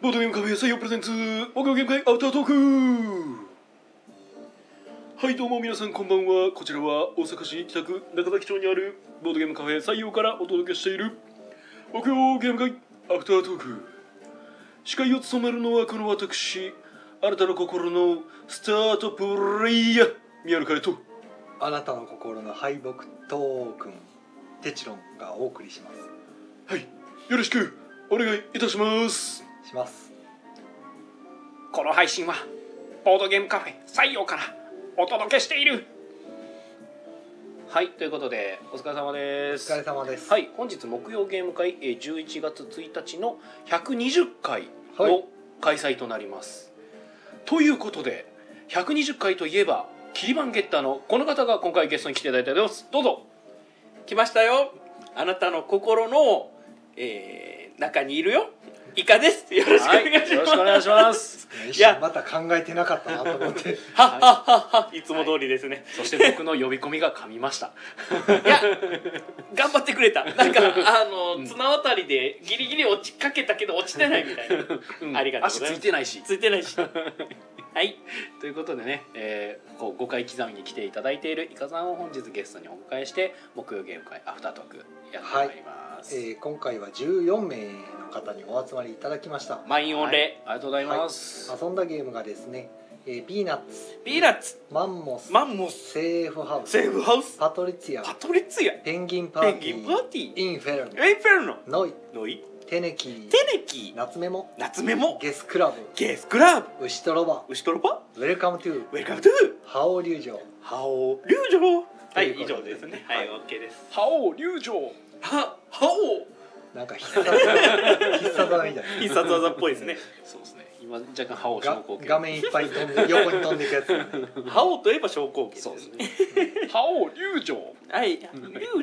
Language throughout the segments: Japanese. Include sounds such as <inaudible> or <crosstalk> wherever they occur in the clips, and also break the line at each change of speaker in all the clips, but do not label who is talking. ボードゲームカフェ採用プレゼンツ木曜ゲーム会アウタートークはいどうも皆さんこんばんはこちらは大阪市北区中崎町にあるボードゲームカフェ採用からお届けしている木曜ゲーム会アフタートーク司会を務めるのはこの私あなたの心のスタートプレイヤー宮野海斗
あなたの心の敗北トークンテチロンがお送りしま
はいよろしくお願いいたします
すします
この配信はボードゲームカフェ採用からお届けしているはいということでお疲れ様で
お
す
疲れ様です、
はい本日木曜ゲーム会えー11月1日の120回
はい
の開催となります、ということで120回といえばキリバンゲッターのこの方が今回ゲストに来ていただいておりますどうぞ
来ましたよあなたの心の、えー中にいるよイカですよろしくお願いします、
よろしくお願いします
一
いや
瞬また考えてなかったなと思って
はっはっはっはいつも通りですね、
そして僕の呼び込みが噛みました
い、や頑張ってくれたなんか <laughs> あの綱渡りでギリギリ落ちかけたけど落ちてないみたいな
うん
ありがとうございます
足ついてないし
<laughs> ついてないしはい
ということでね、えー、こう5回刻みに来ていただいているイカさんを本日ゲストにお迎えして木曜ゲーム会アフタートークやってまいります、
<laughs> えー今回は14名の方にお集まりいただきました
満員御
はい
礼
ありがとうございます、
遊んだゲームがですね、えーピーナッツ
ピーナッツ
マンモス
マンモス
セーフハウス
セーフハウス
パトリツィア
パトリッツや
ペンギンパ
ペ
ー
ン
テ
ギ
ィー
ンパーティー
インフェルノ
エイフェルノ
ノイ
のい
テネキー
テネキ
夏メモ
夏メモ
ゲスクラ
ゲスクラブ
ブ牛とロバ
牛とろば
ウェルカムトゥ
ウェルカムトゥ
ハオリュウジョウ
ハオ龍城はい
とい
以
うこ
上
とで
ですねはいオッケーです
覇王龍城
はハオ
なんか必殺技必殺技みたいな
必殺技っぽいですね
そうですね今若干覇王昇
が
降
画面いっぱい飛んで横に飛んでいくやつ、
ハオといえば昇降機
そうです
<laughs>
ね覇王龍城
はい龍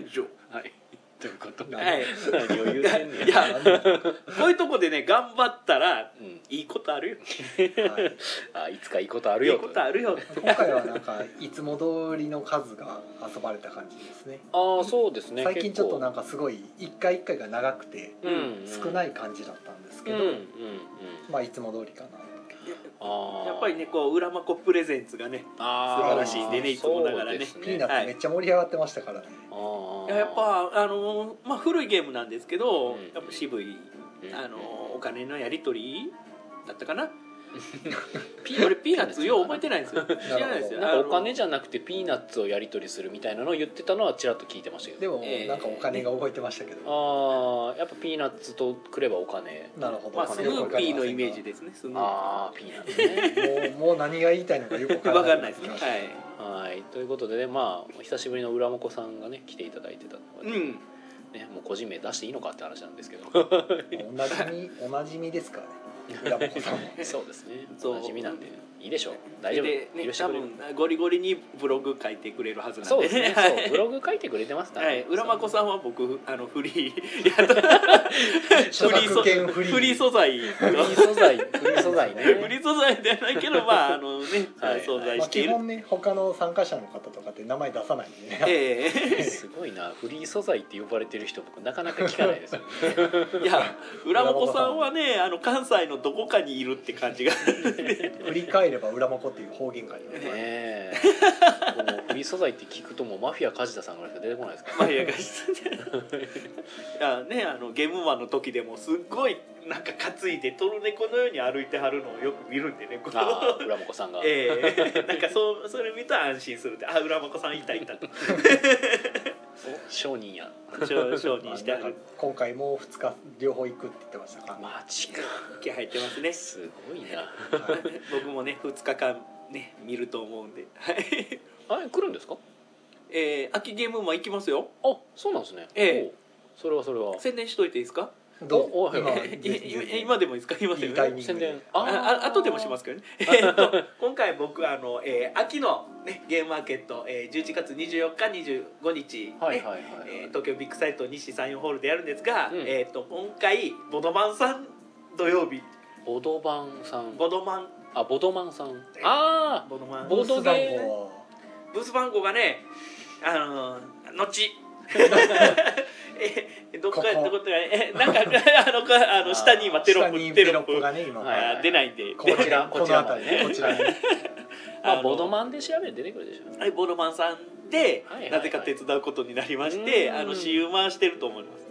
城
はいということで、
な
はい
何を言うてんねん
いやこういうとこでね頑張ったら
うん
いいことあるよ
はい
あいつかいいことある
い
よ
いことあるよ
今回はなんかいつも通りの数が遊ばれた感じですね
ああそうですね
最近ちょっとなん
か
かすごい一回一回が長くて
うん
少ないい感じだったんです
け
け
ど
ど、
うんうんうん
まあいつも通りかな
あー
やっぱりねこう裏まこプレゼンツがね
あー
素晴らしいんで
ねいつもながらね
そう
と
で
ピー
す
ナッ
は
ツ
い
めっちゃ盛り上がってましたからね、
あー
やっぱあのまあ古いゲームなんですけど
うん
やっぱ渋い
うん
あのお金のやり取りだった
<laughs>
かなピ俺ピーナッツよう覚えてないんですよ知らないですよ
なんかお金
じ
じゃなくてピーナッツをやり取りするみたいなのを言ってたのはちらっと聞いてましたけ
で
ど
も
えー
なんかお金が覚えてましたけど、
ああやっぱピーナッツとくればお金
なるほど、
まあ、
お
ス
金
ヌーピーのイメージ
で
ですねスヌー
ああピーナッツね
もうもう何が言いたいのかよくわ
ピー
か
わ
らな
か
い
んないですねは
はいということでねまあお久しぶりの浦本さんがね来ていただいてたの
い
で、
うん
ね、もう個人名出していいのかって話なんですけど <laughs>
おなじみおなじみですからね
<laughs>
浦本さんは
そうですね
そう
おなじみなんでいいでしょう大丈夫
で、ね
許、して
多
くれる
分ゴリゴリにブログ書いてくれるはずなんで
そうですね
<laughs> はい
そうブログ書いてくれてますから
はい、浦真子さんは僕あのフリーやった
著
フリー素
作権フリー
フリー素材と
フリー素材 <laughs> フリー素材ね
<laughs> フリー素材ではないけどまああのね、 <laughs>
はい
存在
まあ、
してい
基
る、
本ね他の参加者の方とかって名前出さないんでね、
え <laughs>
すごいなフリー素材って呼ばれてる人僕なかなか聞かないですよね
えいや浦真子さんはねあの関西のどこかにいるって感じが
振り返れば裏もこっていう方言があります
ねえこのフリー素材って聞くともうマフィア梶田さんぐらいしか出てこないですから
まあいやがしてていやね <laughs> あのゲームマンの時でもすっごいなんか担いでトルネコのように歩いてはるのをよく見るんでねこう
ああ浦本さんが、
ええ <laughs> なんかそうそれ見たら安心するってあ浦真子さんいたいたと
お商人や
承承認して
ま
あ
あなん
る
か今回も2日両方行くって言ってましたから、
マジか
気入ってますね
すごいな
はい
僕もね2日間ね見ると思うんではい
あれ来るんですか
えー、秋ゲームマン行きますよ
あそうなんですね
ええ
おそれはそれは
宣伝しといていいですか
どう
お
ぞ
おい
今
あ
<laughs> え
ぜひ
い
ぜひ
今でもいいですか今で
いい
も
タイミング
宣伝
ああ後でもしますすけどね、えーっと今回僕あの、えー秋の、ね、ゲームマーケット、えー、11月24日25日、ね
はいはいはい、
えー東京ビッグサイト西34ホールでやるんですが、
うん
えー、と今回ボドマンさん土曜日
ボドバンさん
ボドマン
あボドマンさんあ
ボドマン
ボ
ボ
ド
ス
ゲ
団
ー
子は
ブース番号がねあのー後えどっか
ここ
どこってかえなんかあのかあの下に今テロッ
下に
プ
テ
テ
ロ
ロ
ッ
ッ
プ
プ
がね今、
はい
あ出ないんで
こ
ちら
こ
こ
ち
ち
ら
ら
この辺りねこちらに
あ
まあ、
の
ボドマンで調べて出てくるでしょ
はいボロマンさんで
はいはいはい
なぜか手伝うことになりまして
うん
あの私有マンしてると思います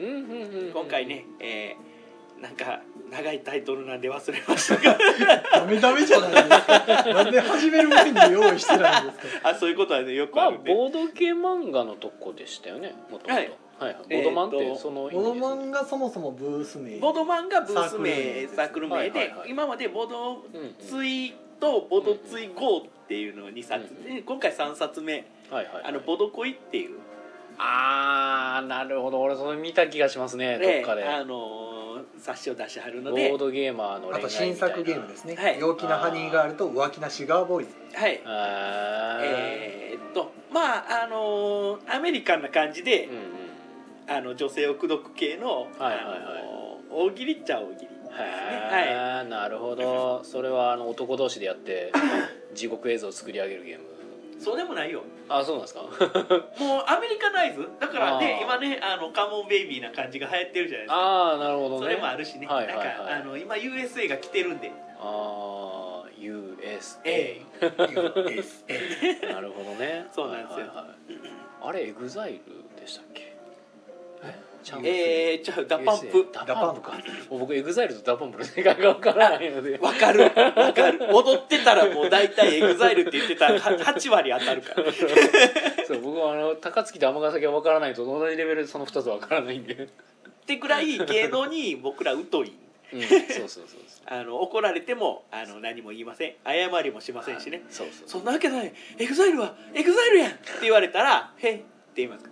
うんうんうんうん
今回ねえーなんか長いタイトルなんで忘れまし
<laughs>
たが
ダメダメじゃないですかなんで始める前に用意してないんですか
あそういうことはねよく
ま
あ
あ
るんで
ボードゲー漫画のとこでしたよねもともと
は
はいいはいボードマンっ
えー
て
と
その意味
ボ
です
ロマンがそもそもブース名
ボードマンがブース名
サ
サ
ー
ー
ク
ク
ル
ル
名
名
はい
で
はいはい
今までボー
う
ド
んうん
ツイとボードツイ GO っていうのを2冊
うん
で今回3冊目
はいはいはい
あのボドコイっていう
あーなるほど俺それ見た気がしますねどっ
ね
かで
あのー冊子を出しはるの
ボ
で
ードゲーマーの恋
あ
愛みた
と
いな
新作ゲームですね、
はい
陽気なハニーガールと浮気なシガーボーイズ
はい
あー
えーっとまああのーアメリカンな感じで
うんうん
あの女性を口説く系
は
の
いはい
あのー大喜利っちゃ大喜利ですねは
へーなるほどそれはあの男同士でや
<laughs>
って地獄映像を作り上げるゲーム
いそうでもないよ
あそうなんですか
もうアメリカナイズだからね
あー
今ねあのカモンベイビーな感じが流行ってるじゃないですか
<laughs> ああなるほどね
それもあるしね、
はいはいはい
なんかあの今 USA が来てるんで、
ああ USA、
え
なるほどね
<laughs> そうなんです
はいはい
よ
はいあれエグザイルでしたっけちゃんと
えー、ちゃうダパンプ
USA ダ
ダ
パ
パ
ン
ン
プ
プ
か
か
もう僕エグザイルとダパンプの世界が分からないので
わかるわかる踊ってたらもう大体エグザイルって言ってたらは8割当たるから
そう僕はあの高槻と尼崎が分からないと同じレベルでその2つは分からないんで、
ってくらい芸能に僕ら疎い
うん、 <laughs> そうそうそうそう
あの怒られてもあの何も言いません謝りもしませんしね、
そうそう
そんなわけないエグザイルはエグザイルやんって言われたら「へい」って言います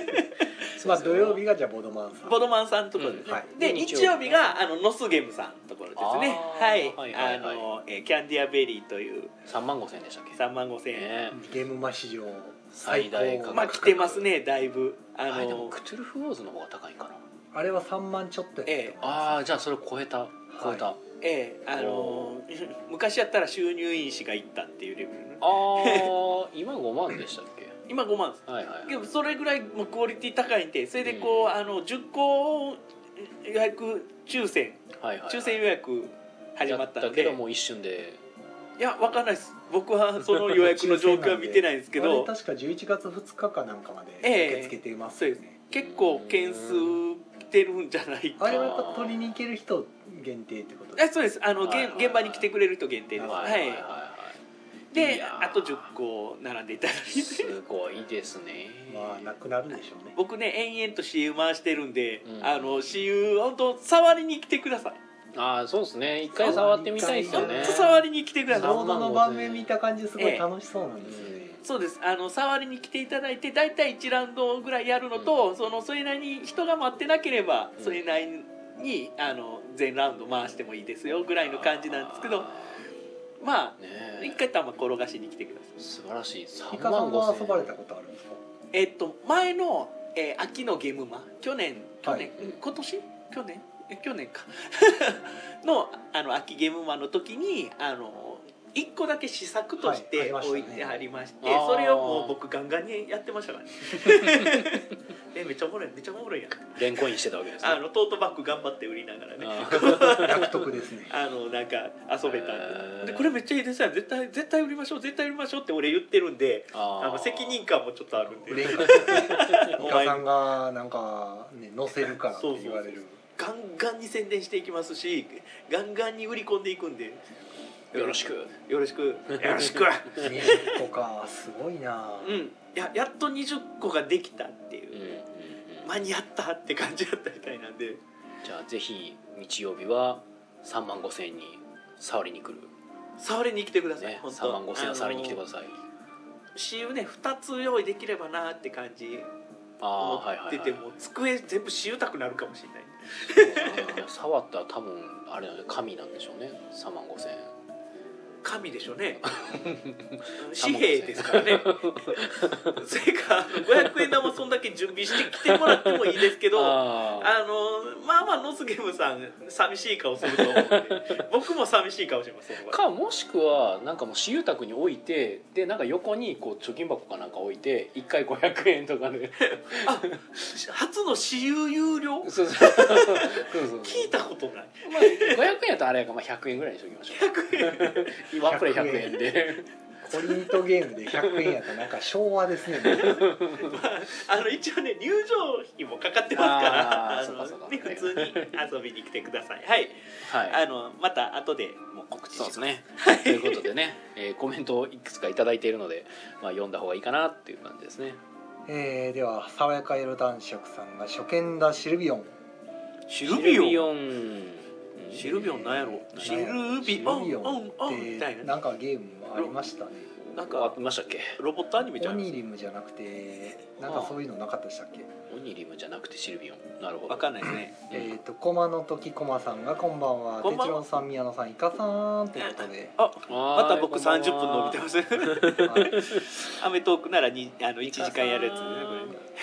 <laughs> まあ土曜日がじゃあボードマンさん
ボドマンさんのところですね、
うんはい
で
で
日曜日があのノスゲムさんのところですね
あー
はい、
はいはいはい
あのえーキャンディアベリーという
3万5千円でしたっけ、ね
3万5000円、
ゲームマ史上
最
最
大
高
価
ま
格
あ来てますねだいぶあ
あ
の
れでもクトゥルフ・ウォーズの方が高いんかな
あれは3万ちょっとやったと思います
ああじゃあそれ超えた超えた、
ええあの昔やったら収入印紙がいったっていうレベル
あ
の
あ <laughs> 今5万でしたっけ
今5万です
はいはいはい
でもそれぐらいもうクオリティ高いんでそれでこう、
うん
あの10個予約抽選
はいはい
抽選予約始まった
や
ん
け
で、
どもう一瞬で
いやわかんないです僕はその予約の状況は見てないんですけ
あれ
<laughs>
ど
確か11月2日かなんかまで
ええ
受け付けています
そう
よ
です
ね、
結構件数来てるんじゃない
あ
か
れはやっぱ取りに行ける人限定ってことで
あ
す
そうですあ
は
の、
いはいはい
現現場に来てくれる人限定ですは、
はいいはいはいはいい
で
やー
あと10個並んでいただいて <laughs>
すごいですね
まあなくなるんでしょうね
僕ね延々と私有回してるんで、
うん
あの私有本当触りに来てください
ああそうですね一回触ってみたいです
そ
よ
う
本
ね
当触りに来てください
ボードの盤面見た感じすごい楽しそうなんですよね、
そうですあの触りに来ていただいて大体1ラウンドぐらいやるのと、そのそれなりに人が待ってなければ
うん
それなりにあの全ラウンド回してもいいですよぐらいの感じなんですけど
あ
ま
ーね
あ
え
一回玉転がしに来てください
素晴らしい
イ
3
カさ
万
んは遊ばれ
5
た
千
こと
<laughs>
あるんですか
えっと前の、えー秋のゲームマ去年去年、
はい
うん今年去年え去年か <laughs> のあの秋ゲームマの時にあの1個だけ試作と
は
し
いあり
て
ました
置
ね
いてありまして、
あー
それをもう僕ガンガンにやってました
<laughs>
からねえめっちゃおもろいめっちゃおもろいやん
円レンコインしてたわけですね
あのトートバッグ頑張って売りながらね
あ
<laughs>
ー
約束です
<laughs>
ね
あのなんか遊べたん
へー
ででこれめっちゃいいですよ絶対絶対売りましょう絶対売りましょうって俺言ってるんで
あ
あの
ー
責任感もちょっとあるんで
売れんか
お
イ
前
カさんがなんかね乗せるからって言われる
ガンガンに宣伝していきますしガンガンに売り込んでいくんで
よろしく
よろしくよろ
<laughs>
しく
20個かすごいな
うんいややっと20個ができたっていうう、
んうんうん
間に合ったって感じだったみたいなんで
じゃあぜひ日曜日は3万5千円に触りに来る
触りに来てください、
ね
本当
3万5千円は触りに来てくだ
さ
さい
い CU ね2つ用意できればなって感じ
あ
思
あーはいは
っ
い
て
は
て
い
もう机全部 CU たくなるかもしれない
あの触ったら多分あれなんで神なんでしょうね3万5千円
神でしょ
<laughs>
うね <laughs> 紙幣ですからねそれかあの500円玉そんだけ準備して来てもらってもいいですけどあ
あ
のまあまあノスゲムさん寂しい顔すると思うんで <laughs> 僕も寂しい顔しますそ
ー
の場
かもしくはなんかもう私有宅に置いてでなんか横にこう貯金箱かなんか置いて1回500円とかで
合初の私有有料
そうそうそうそう
聞いたことない
まあ、500円やったらあれやから、まあ、100円ぐらいにしときましょう今プレイ100
100
円で
コリントゲームで100円やったらなんか昭和ですね
あの一応ね入場費もかかってますから
あー
あ
そうかそう
の
か
ね普通に遊びに来てくださいはい
はい
あのまた後でもう告知し
そう
ま
ですすねということでね、えーコメントをいくつか頂いただいているので、まあ、読んだ方がいいかなっていう感じですね
えー、では爽やか色男爵さんが初見だシルビオン
シ
シルビオン
オンうん
シルビオンなんやろ
なんや
シルビオン
シルビ
オ
オ
ン
ン
オンみ
ったて
い
な
なん
かゲームもありましたね
なん
終わっ
か
てましたっけ
ロボットアニメじゃ
オ
ない
ニリムじゃなくてなんかそういうのなかったでしたっけ
オニリムじゃなくてシルビオンなるほど
わかんないですね
うん
えっ、とコマの時コマさんがこんばんは
こんばんは
哲郎さん宮野さんイカさんということ
<laughs>
で
あ
ま
また僕30分伸びてます
はい
<laughs> アメトークならにあの1時間やるやつ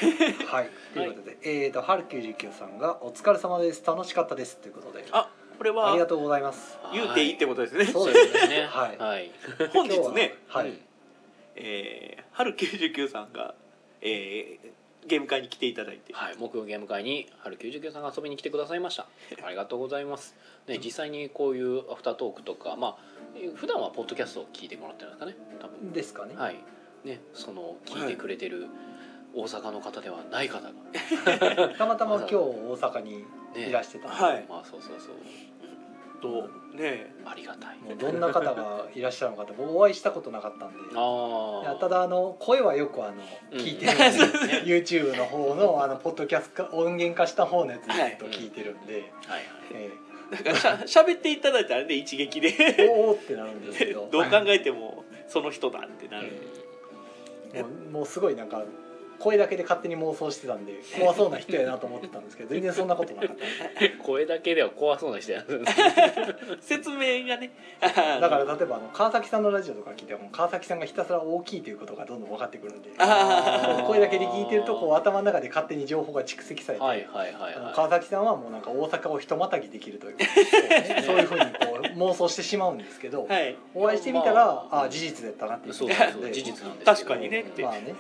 ねこれ
はいということで、えっ、と春99さんがお疲れ様です楽しかったですということで
あこれ
ありが
は
とうございます
言うていいってことですね
そう
そう
です
です
<laughs>
ね
はい
はい
本日ね
今日ははい、
えー、春99さんが、えー、ゲーム会に来ていただいて、
はい、木曜ゲーム会に春99さんが遊びに来てくださいましたありがとうございます、ね、実際にこういうアフタートークとかまあえー普段はポッドキャストを聞いてもらってるんですかね多分
ですかね、
はいねその聞いてくれてる大阪の方ではない方が
たまたま今日大阪に
ね
いらしてたんで、
はい
まあそうそうそう
とね
ありがたい
もうどんな方がいらっしゃるのかって僕お会いしたことなかったんでいや
ああ
ただあの声はよくあの
うん
聞いてるんで、YouTube の方のあのポッドキャスト化音源化した方のやつずっと聞いてるんで、
はいはい
え
な
<laughs>
んかしゃ喋っていただいたらね一撃で
えおーおーってなるんですけど
<laughs> どう考えてもその人だってな
え
る、
えもうもうすごいなんか声だけで勝手に妄想してたんで怖そうな人やなと思ってたんですけど全然そんなことなかっ
<laughs>
た
声だけでは怖そうな人やるんです
説明がね
だから例えばあの川崎さんのラジオとか聞いても川崎さんがひたすら大きいということがどんどん分かってくるんで
あ
<laughs> 声だけで聞いてるとこう頭の中で勝手に情報が蓄積されて、
はいはいはい
あの
は
川崎さんはもうなんか大阪をひとまたぎできるという
ね
そう <laughs> いうふうにこう妄想してしまうんですけど、
はい
お会いしてみたら、
まあ
あ、事実だったなってい
い。
う
そう
感じ
そう
な
そ
ん
う
で
事実なんですけど
確かにねって
まあね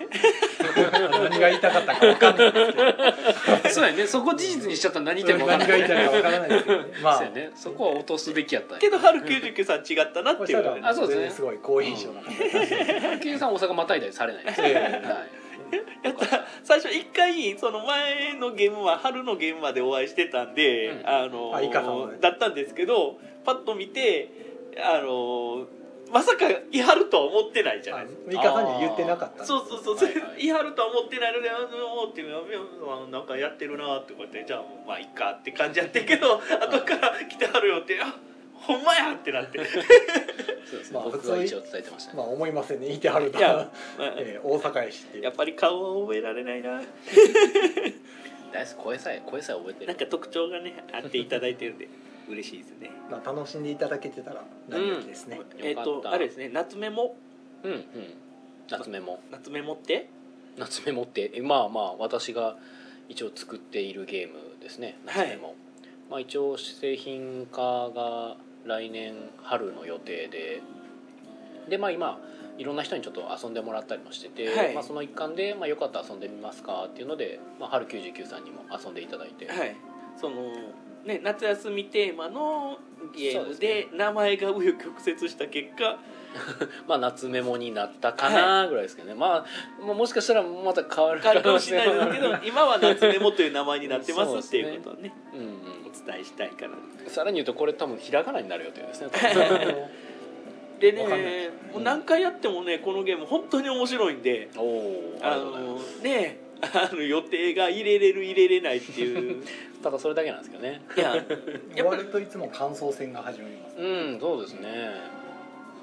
何が言いたかったか分かんないですけど
そうやねそこ事実にしちゃったら何言ってる
何
か
が
分かんない
言いたいか分からないですけどね、まあ
そうやねそこは落とすべきやったんや
けど春99さん違ったな
そ
っ
して
い
た
うのは
ら
あそうですね
全然すごい好印象な感じで
経営さん大阪またいだりされ
<laughs>
ないです、
ええ
はい
やった最初一回その前の現場春の現場でお会いしてたんで、
うん
あの
あイカさんもね
だったんですけどパッと見てあのまさかいはるとは思ってないじゃないですか。
イカさんには言ってなかったんで
そうそうそう、
は
そ
い
れ
はい
いはるとは思ってないので、あの、思ってるなんかやってるなってこうやって、じゃあ、まあ、いっかって感じやってんけど、後から来てはるよって、あ、ほんまやってなって。
そうですね
まあ
僕は一応伝えてましたね、
まあ思いませんね言ってはると
いや、まあ
<laughs> えー大阪へしっていう
<laughs> やっぱり顔は覚えられないな。
大好き声さえ声さえ覚えてる
なんか特徴がね、あっていただいてるんで、嬉しいですね。
まあ楽しんでいただけてたら大丈夫ですね、
え
よ
っ
かっ
と、
た
あれですね、夏メモ、
うんうん夏メモ
夏メモって。
夏メモってえまあまあ私が一応作っているゲームですね夏メモ、まあ一応製品化が来年春の予定ででまあ今いろんな人にちょっと遊んでもらったりもしてて、
はい
まあ、その一環で、まあ、よかったら遊んでみますかっていうので、まあ、春99さんにも遊んでいただいて、
はい。その、ね、夏休みテーマのゲー
そうで
ム
す
で
ね、
名前が紆余曲折した結果。
まあ、夏メモになったかなぐらいですけどね、まあ、まあもしかしたらまた変わる
変わるかもしれない
可
で
能
すけ
性も
<laughs> ど
ある
今は夏メモという名前になってま
そうですす
って
ね
いうことをね
うん
お伝えしたいかな
うん、さらに言うとこれ多分ひらがなになる予定
<laughs>
ですね
で
わかんない
ねもう何回やってもねこのゲーム本当に面白いんで
おおあり
あ
がとうございま
の
す
ねあの予定が入れれる入れれないっていう
ただそれだけなんですけどね
<laughs> いや
終
やっ
わ
ぱり
るといつも感想戦が始まります、
うんそうですね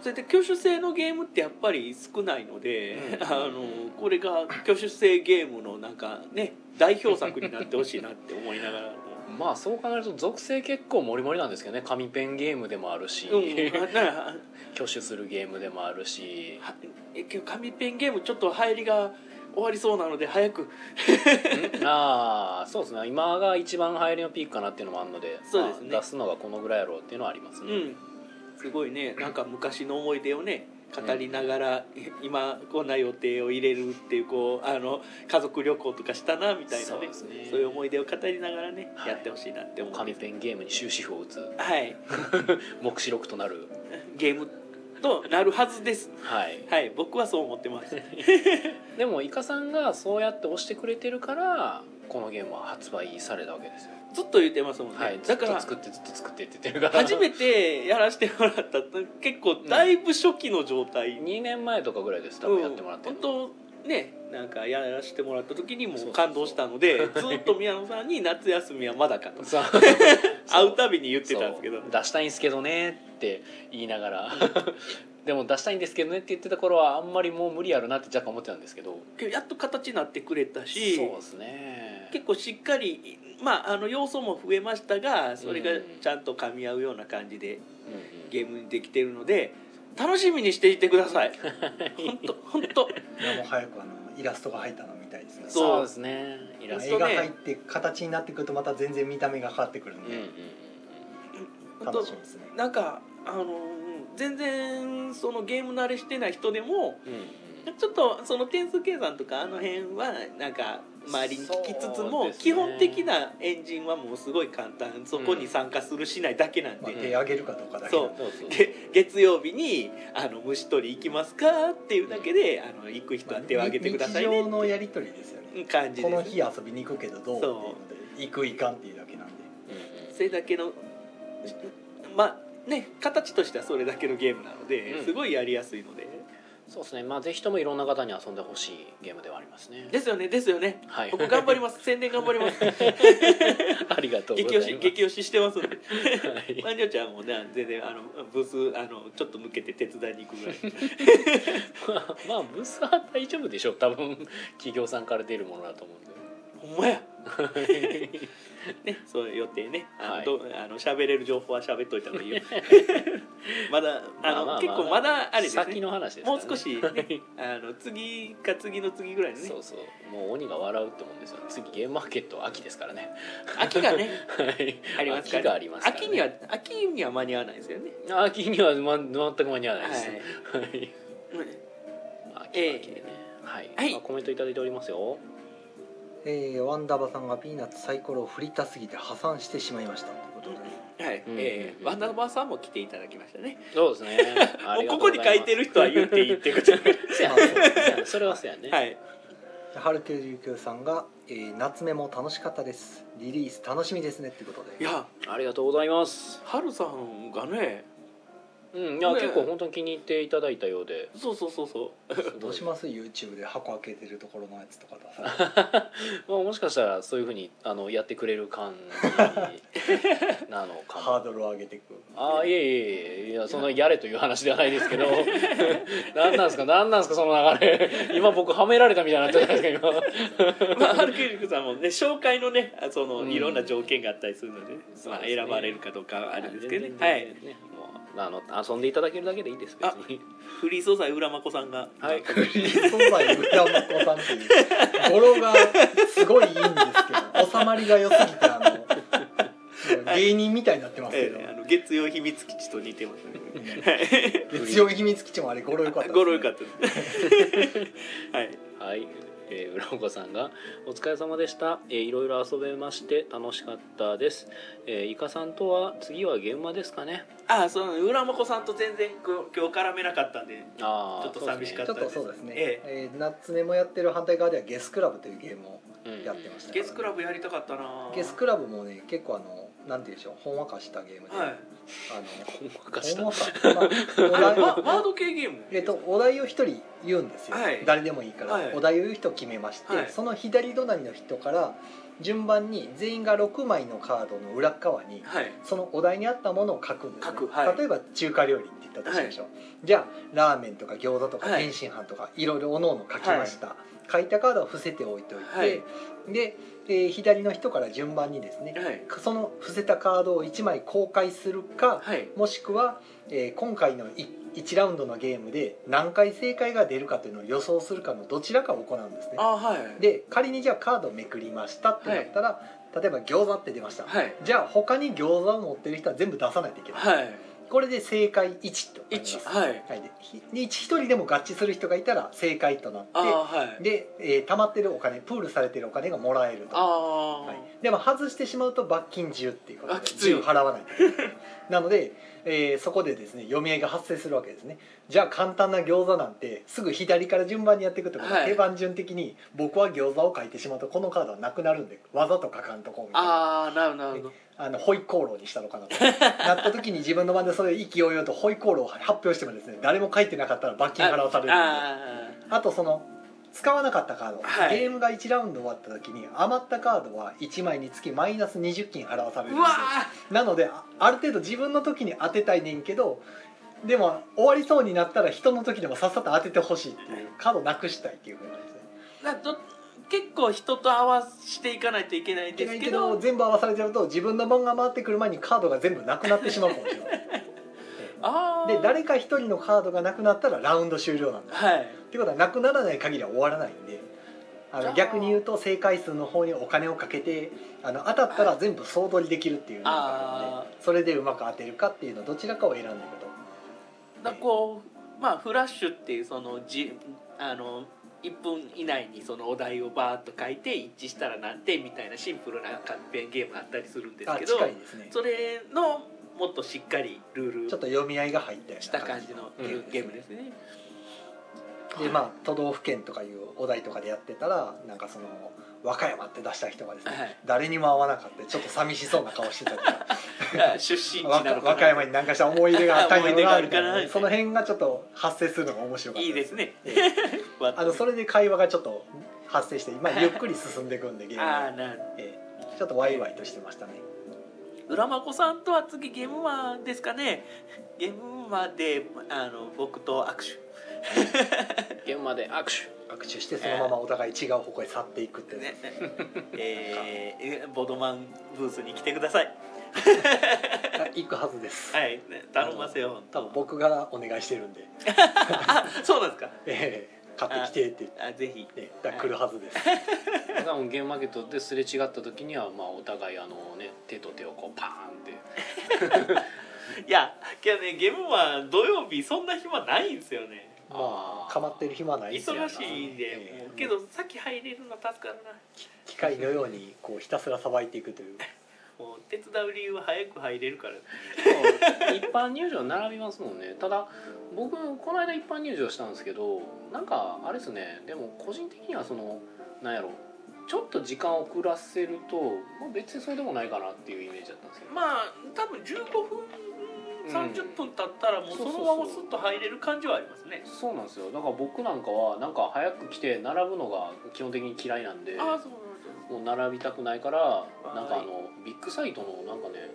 それで挙手制のゲームってやっぱり少ないので、
うん
あのこれが挙手制ゲームのなんかね代表作になってほしいなって思いながらも
まあそう考えると属性結構モリモリなんですけどね紙ペンゲームでもあるし、
うん <laughs> うんあなんか
挙手するゲームでもあるし
はえけど紙ペンゲームちょっと入りが終わりそうなので早く
ああそうですね今が一番流行りのピークかなっていうのもあるので
そうですね
まあ出すのがこのぐらいやろうっていうのはあります
う
ね、
んすごいねなんか昔の思い出をね語りながら、今こんな予定を入れるっていうこうあの家族旅行とかしたなみたいな
そう
ね
ですね
そういう思い出を語りながらね、
はい
やってほしいなって思う
紙ペンゲームに終止符を打つ
はい <laughs>
<laughs> 目視録となる
ゲームとなるはずです
はい
はい僕はそう思っ
<laughs>
てます
でもイカさんがそうやって押してくれてるからこのゲームは発売されたわけですよ、
ずっと言ってますもんね、
はいず
だ
っ
か
と
ら
作ってずっと作ってって言ってるから
初めてやらせてもらった結構だいぶ初期の状態、
2年前とかぐらいです多
うん
分やってもらってるの、
本当ねなんかやらせてもらった時にも
そうそうそう
う感動した
<laughs>
のでずっと宮野さんに「夏休みはまだか」と <laughs>
さあ
会うたびに言ってたんですけど
そう出したいんですけどねって言いながらでも出したいんですけどねって言ってた頃はあんまりもう無理やろなって若干思ってたんですけど
けどやっと形になってくれた
そう
し
ですね
結構しっかりまああの要素も増えましたがそれが
うん
ちゃんと噛み合うような感じ
うん
で
うん
ゲームにできてるので楽しみにしていてくだ
<laughs>
さい本当本当
いやもう早くあのイラストが入ったのみたいですね
そう
そうですねイラスト
絵
本当
が
ね
入って形になってくるとまた全然見た目が変わってくるん
うんうんうん
で、
本
楽
当
しみですね
なんかあの全然そのゲーム慣れしてない人でも
うんうん
ちょっとその点数計算とかあの辺はなんか周りに聞きつつ
そう
も、
ですね
基本的なエンジンはもうすごい簡単そこに参加するしないだけなん
まあ、
で、
手上げるかどうかだけなんで
そうそう
で月曜日にあの虫取り行きますかっていうだけで、あの行く人は手を挙げてください
まあ
ね
日常のやり取りですよね、
感じ
この
で
日
す
遊びに行くけどどうっていうので行く行かんっていうだけなんで
うん
それだけのまあね形としてはそれだけのゲームなので、
うん
すごいやりやすいので
そうですねまあぜひともいろんな方に遊んでほしいゲームではありますね
ですよねですよね
はい
僕頑張ります宣伝頑張ります
<laughs> ありがとうござい
激推
ます
し激推ししてますんで
はい
まんじょうちゃんもね全然あのブースあのちょっと抜けて手伝いに行く <laughs> ぐらい
まあブースは大丈夫でしょう多分企業さんから出るものだと思うんで
ほんまやねそういう予定ねあの、
はい
どうあの喋れる情報は喋っといた方がいい <laughs> よまだあの、
まあまあまあ
結構まだあれです
先
ね
の話ですから
もう
ね
少しねあの次か次の次ぐらいのね
そうそうもう鬼が笑うって思うんですよ次ゲームマーケットは秋ですからね
秋がね <laughs>
はい
ありますから
秋がありますからね
秋には秋には間に合わないですよね
秋には、ま、全く間に合わないです
はい
はい秋は秋でねはい、
はい
まあコメントいただいておりますよ
えーワンダバさんがピーナッツサイコロを振りたすぎて破産してしまいましたということで、
はい、
うん
え
う
ー
ん
ワンダーバーさんも来ていただきましたね。
そうですね <laughs> あ
も
り
う
がと
こ
う
こ
ございます
に書いてる人は言っていいってこ
<laughs>
と。
せやねせやねそれはせやね、
はい。
ハルケル19さんが、えー夏目も楽しかったですリリース楽しみですねっていうこと
い
で
や、
ありがとうございます
ハルさんがね、
うんいや、
ねえ
結構本当に気に入っていただいたよう <laughs> で
そうそうそうそう。
どうします YouTube で箱開けてるところのやつとか出されて
まあ、もしかしたらそういうふうにあのやってくれる感じなの <laughs> か
ハ
も
ードルを上げていく
ああいえいえいえいやそんなやれという話ではないです <laughs> けど何なんですか何なんですかその流れ今僕はめられたみたいになってるじゃないですか
まあ、ハルケルクさんもね、紹介のね、あその、
うん
いろんな条件があったりするので、
そう
まあ、
ですね
選ばれるかどうかは
今
あれですけどね。は
はい
い。
あの遊んでいただけるだけでいいです別に
フリー素材浦真子さんが。
<laughs> はい
素材浦真子さんっていう語呂がすごいいいんですけど収まりが良すぎてあの芸人みたいになってますけ
え
ど、
ーあの月曜秘密基地と似てますね。
<laughs> 月曜秘密基地もあれ語呂良かったですね
ゴロよかったです。 <laughs> はい。
はい、えー、浦岡さんが「お疲れ様でした、えーいろいろ遊べまして楽しかったです、えー、イカさんとは次は現場ですかね
あ、その、浦真子さんと全然こう今日絡めなかったんで。
ああ
ちょっと寂しか
ちょっとそうですね、
え
えーナッツメもやってる反対側ではゲスクラブというゲームをやってました
ゲスクラブやりたかったなぁ
ゲスクラブもね結構あのなんて言うんでしょうほんわかしたゲームで、
はい。
あの
ほんわかした
ほんわか
<laughs>
まあ
あれ、ワ
お題
ワード系ゲーム。
えっと、お題を一人言うんですよ、
はい
誰でもいいから、
はい
お題を言う人を決めまして、
はい
その左隣の人から順番に全員が6枚のカードの裏っ側に
はい。
そのお題に合ったものを書くんです、ね
書くはい
例えば中華料理って言ったとしましょう、じゃあラーメンとか餃子とか
はい
天津飯とか、い、ろいろおのおの書きました、書いたカードは伏せておいておいて、
はい
で、えー左の人から順番にですね、
はい。
その伏せたカードを1枚公開するか、
はい。
もしくは、えー今回の1 1ラウンドのゲームで何回正解が出るかというのを予想するかのどちらかを行うんですね
あはい
で仮にじゃあカードをめくりましたってなったら、例えば餃子って出ました、
はい
じゃあ他に餃子を持ってる人は全部出さないといけない、
はい
これで正解1となります
一はい
はいでひで一人でも合致する人がいたら正解となっ
あー
て
はい
で、えー溜まってるお金プールされてるお金がもらえると
ああ
はい、でも外してしまうと罰金10っていうことで
あきつい
10払わないといけない <laughs> なので、えーそこでですね読み合いが発生するわけですねじゃあ簡単な餃子なんてすぐ左から順番にやっていくってことは、
はい
定番順的に僕は餃子を書いてしまうとこのカードはなくなるんでわざと書かんとこうみたいな
あーなるほどなるほど
あのホイコーローにしたのかな
<laughs>
となった時に自分の番でそれ意気揚々とホイコーローを発表してもですね誰も書いてなかったら罰金払わされるんであ
あ
とその使わなかったカード、
はい
ゲームが1ラウンド終わった時に余ったカードは1枚につきマイナス20金払わされ
ー
るんです
うわ
よなのであある程度自分の時に当てたいねんけどでも終わりそうになったら人の時でもさっさと当ててほしいっていうカードなくしたいっていうふうなんですね
ーなど結構人と合わしていかないといけない
いけ
で
な
す
い
け
けど
ど
全部合わされちゃうと自分の番が回ってくる前にカードが全部なくなってしまうかもしれない
ああ
で誰か一人のカードがなくなったらラウンド終了なんだ
はい
ってことはなくならない限りは終わらないんであ
じゃ
の
あ
逆に言うと正解数の方にお金をかけてあの当たったら全部総取りできるっていうのがあるんでそれでうまく当てるかっていうのどちらかを選んでいくと
だからこうまあフラッシュっていうそのじあの1分以内にそのお題をバーッと書いて一致したら何点みたいなシンプルなカンペンゲームあったりするんです
あ
けど
近いですねちょ
それのもっとしっかりルー
っ
ル
と読み合いが入ったよ
し
う
た
な
感じの
うん
ゲームゲームですね。
でまあ都道府県とかいうお題とかでやってたらなんかその和歌山って出した人がですね、 <laughs>
はい
誰にも会わなかったちょっと寂しそうな顔してたりとか
<laughs> あ出身地
和
なのかな
和歌山に何かした思い出があったんやろうなみたい
<laughs> 思い出があるかな
なその辺がちょっと発生するのが面白かった
いいですね。
ええあ
あ
のそれで会話がちょっと発生して、まあ、ゆっくり進んでいくんでゲーム
あ
が
ーなる
ええちょっとワイワイとしてましたね
浦真子さんとは次ゲームマンですかね。ゲームマンであの僕と握手。
現場で握手
握手してそのままお互い違う方向へ去っていくっていう、
<laughs> ね、えーえボドマンブースに来てください。
あ行くはずです、
はい、ね頼ませよ。
多分僕がお願いしてるんで、
あ、そうなんですか。
ええ買ってきてって言って
あ、ぜひ。
ええだから来るはずです
多分ゲームマーケットですれ違った時にはまあお互いあのね手と手をこうパーンって
いや、けどね、ゲームマン土曜日そんな暇ないんですよね。
まあかまってる暇はないですよ
忙しいんで、
ええ
もうけど、さっき入れるの助かるな。
機械のようにこうひたすらさばいていくという
もう手伝う理由は早く入れるから。
そう一般入場並びますもんねただ僕この間一般入場したんですけどなんかあれですねでも個人的にはそのなんやろちょっと時間遅らせると、まあ、別にそうでもないかなっていうイメージだったんですけど、
まあ、多分15分。30分経ったらもうそのままスッと入れる感じはありますね。
そうなんですよだから僕なんかはなんか早く来て並ぶのが基本的に嫌いなんで
ああ、そう
もう並びたくないから
い
なんかあのビッグサイトのなんかね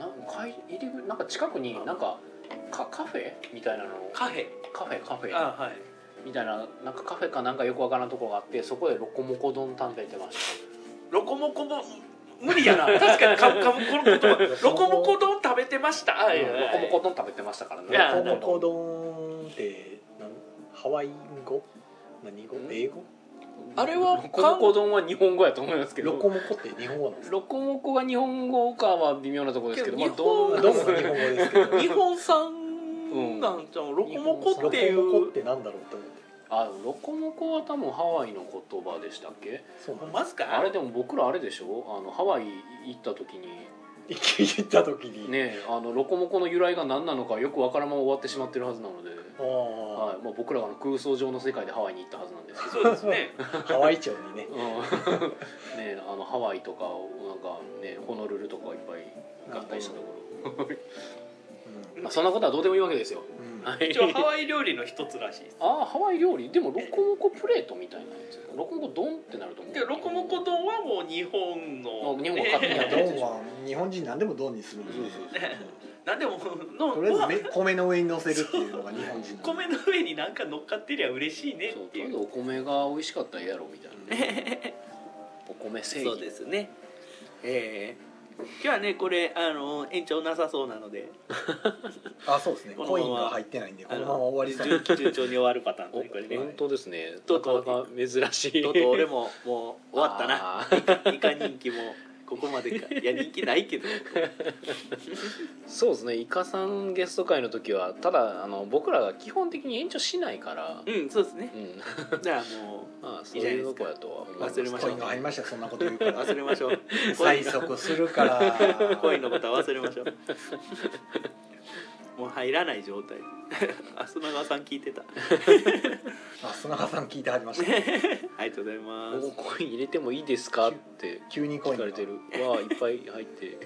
なんか入り口なんか近くになんかカカフェみたいなの
カフェ。
カフェカフェ
あ、はい。
みたいななんかカフェかなんかよくわからんところがあってそこでロコモコ丼食べてまし
ロコモコも無理やな <laughs> 確かにかかぶこの言葉ロコモコ丼食べてました
た、
あい
うん
や
ロ
いや
コ
いや
モコ丼食べてましたからね
<laughs> いや
ロコモコ
丼
丼ってなんハワイ語何語
ん
英語
あれは
ロコモコ丼は日本語やと思いますけど
ロコモコって日本語
<laughs>
なんですか
ロコモコが日本語かは微妙なところですけど
けど
まあ丼
ロコ
どうも日本語ですけど
日本産なんじゃんロコモコ
ロコ
ってい
モコっ
う
てなんだろうと思って
あロコモコは多分ハワイの言葉でしたっけ
そうなんです
マジか
あれでも僕らあれでしょあのハワイ行った時に
行き行った時に、
ねあのロコモコの由来が何なのかよくわからんまま終わってしまってるはずなので、
あ
は
あ
いまあ、僕らがあの空想上の世界でハワイに行ったはずなんですけど
そうですね
ハワイ町にね
うんねあのハワイとかなんかねホノルルとかいっぱい合体したところ、まあ、そんなことはどうでもいいわけですよ、
うんうん
は
一応
い
ハワイ料理の一つらしいです
ああハワイ料理でもロコモコプレートみたいなやつロコモコ丼ってなると思う
けどロコモコ丼はもう日本の
あ日本が勝手にやって
ド
る
ンは日本人何でもドンにするんですよ
そうそう
何でもの
とりあえずめ米の上に乗せるっていうのが日本人なんで
米の上になんか乗っかってりゃ嬉しいね
そう
っ
と
て
りあえ
い
ず
う
お米が美味
<laughs>
しかったらええやろみたいなねお米正義
そうですねええ今日はねこれあの延長なさそうなので
あそうですね
この
コ
まま
インが入ってないんでこ
あ
の
の
まま終わりそう
順順調に終わるパターン
お
ね
<laughs>
これね
本当ですね
と
な
うと
かな
う
か珍しい
とうとう俺ももう終わったな
あー
イカ人気もここまでかいや人気ないけど
<laughs> そうですねイカさんゲスト会の時はただあの僕らが基本的に延長しないから
うんそうですね <laughs>
うん
だからも
まあそういうとこやとは思います
いいじゃないですか忘れま
コ
しょ
イ
う
ンが入りましたよそんなこと言うか
う
ら
忘れましょう
催促するから
恋のことは忘れましょう <laughs> もう入らない状態 <laughs> あ砂川さん聞いてた
あ砂川さん聞いてはりました
ありがとうございま
こ
す
こに入れてもいいですかって
急にコイ
聞
ン
か
が
れてるわあいっぱい入って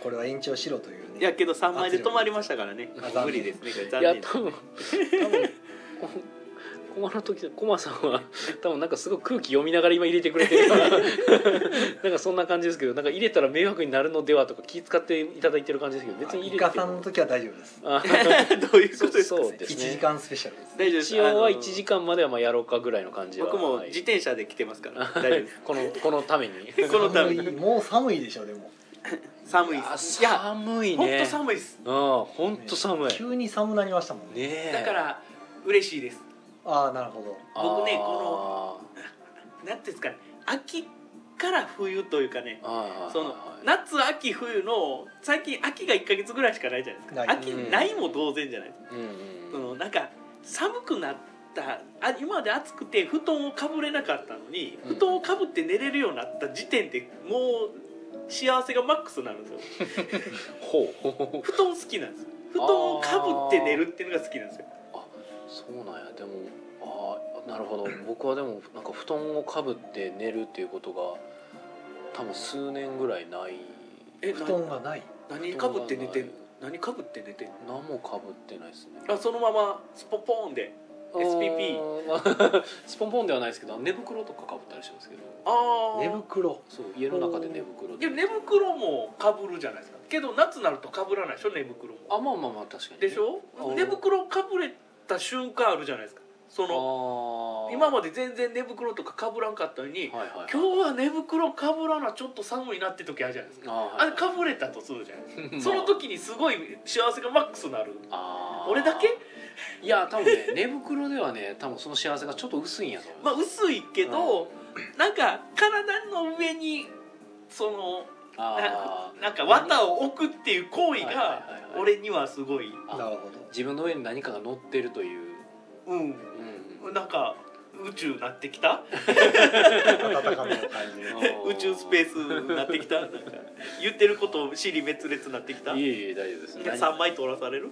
これは延長しろというね
いやけど3枚で止まりましたからね
あ残念
無理ですねこれ
いや
残念
多分多分こコマの時コマさんは多分なんかすごい空気読みながら今入れてくれ
<laughs>
てるからなんかそんな感じですけどなんか入れたら迷惑になるのではとか気遣っていただいてる感じですけど別に入
イ
れ
カ
て
さん
も
の時は大丈夫です
あ
<laughs> どういうことですか
そうです
1
ね
時間スペシャルです
大丈夫です
一応は
あの
1時間まではまあやろうかぐらいの感じは
僕も
はい
自転車で来てますから大丈夫で
<laughs> このこのために
すこのため
寒い
に
もう寒いでしょでも
寒い
あ
ですいや
寒い
本
ね
当寒いです
うん本当寒いね
急に寒なりましたもんね
え
だから嬉しいです
ああなるほど
僕ね
の
なんていうんですかね秋から冬というかね
そ
その夏秋冬の最近秋が1か月ぐらいしかないじゃないですか
ない
秋ないも同然じゃないですか、
うん
そ
うん
のなんか寒くなったあ今まで暑くて布団をかぶれなかったのに
うん
布団をかぶって寝れるようになった時点でもう幸せがマックスになるんですよ
ほうほう <laughs>
布団好きなんですよ布団をかぶって寝るっていうのが好きなんですよ
そうなんやでもああなるほど僕はでもなんか布団をかぶって寝るっていうことが多分数年ぐらいない
え
布団がない
な何かぶって寝てん
布
の何かぶって寝てんの
団がない何もかぶってないですね
あそのままスポポーンで SPP
あーまあ <laughs> スポンポンではないですけど寝袋とかかぶったりしますけど
あ
寝
あ
袋
そう家の中で寝袋
い
で
や寝袋もかぶるじゃないですかけど夏になるとかぶらないでしょ寝袋も
あまあまあまあ確かにね、
でしょ
うん
寝袋かぶれた瞬間あるじゃないですかその
あー
今まで全然寝袋とかかぶらんかったのに
はいはいはい、
今日は寝袋かぶらなちょっと寒いなって時あるじゃないですか
あ
あれかぶれたとするじゃないですかそ
<laughs>
の時にすごい幸せがマックスになる
あー
俺だけ
いや多分ね寝袋ではね多分その幸せがちょっと薄いんやと思う、
まあ薄いけどなんか体の上にその
あ
なんか綿を置くっていう行
は
為
いはい
が
はいはい
俺にはすごい
あ
なるほど
自分の上に何かが乗ってるという、
うん
うん
なんか宇宙なってきた
温かみの感じで
宇宙スペー
ス
スなってきたなんか言ってることを尻滅裂なってきた
いえいえ大丈夫です
3枚取らされる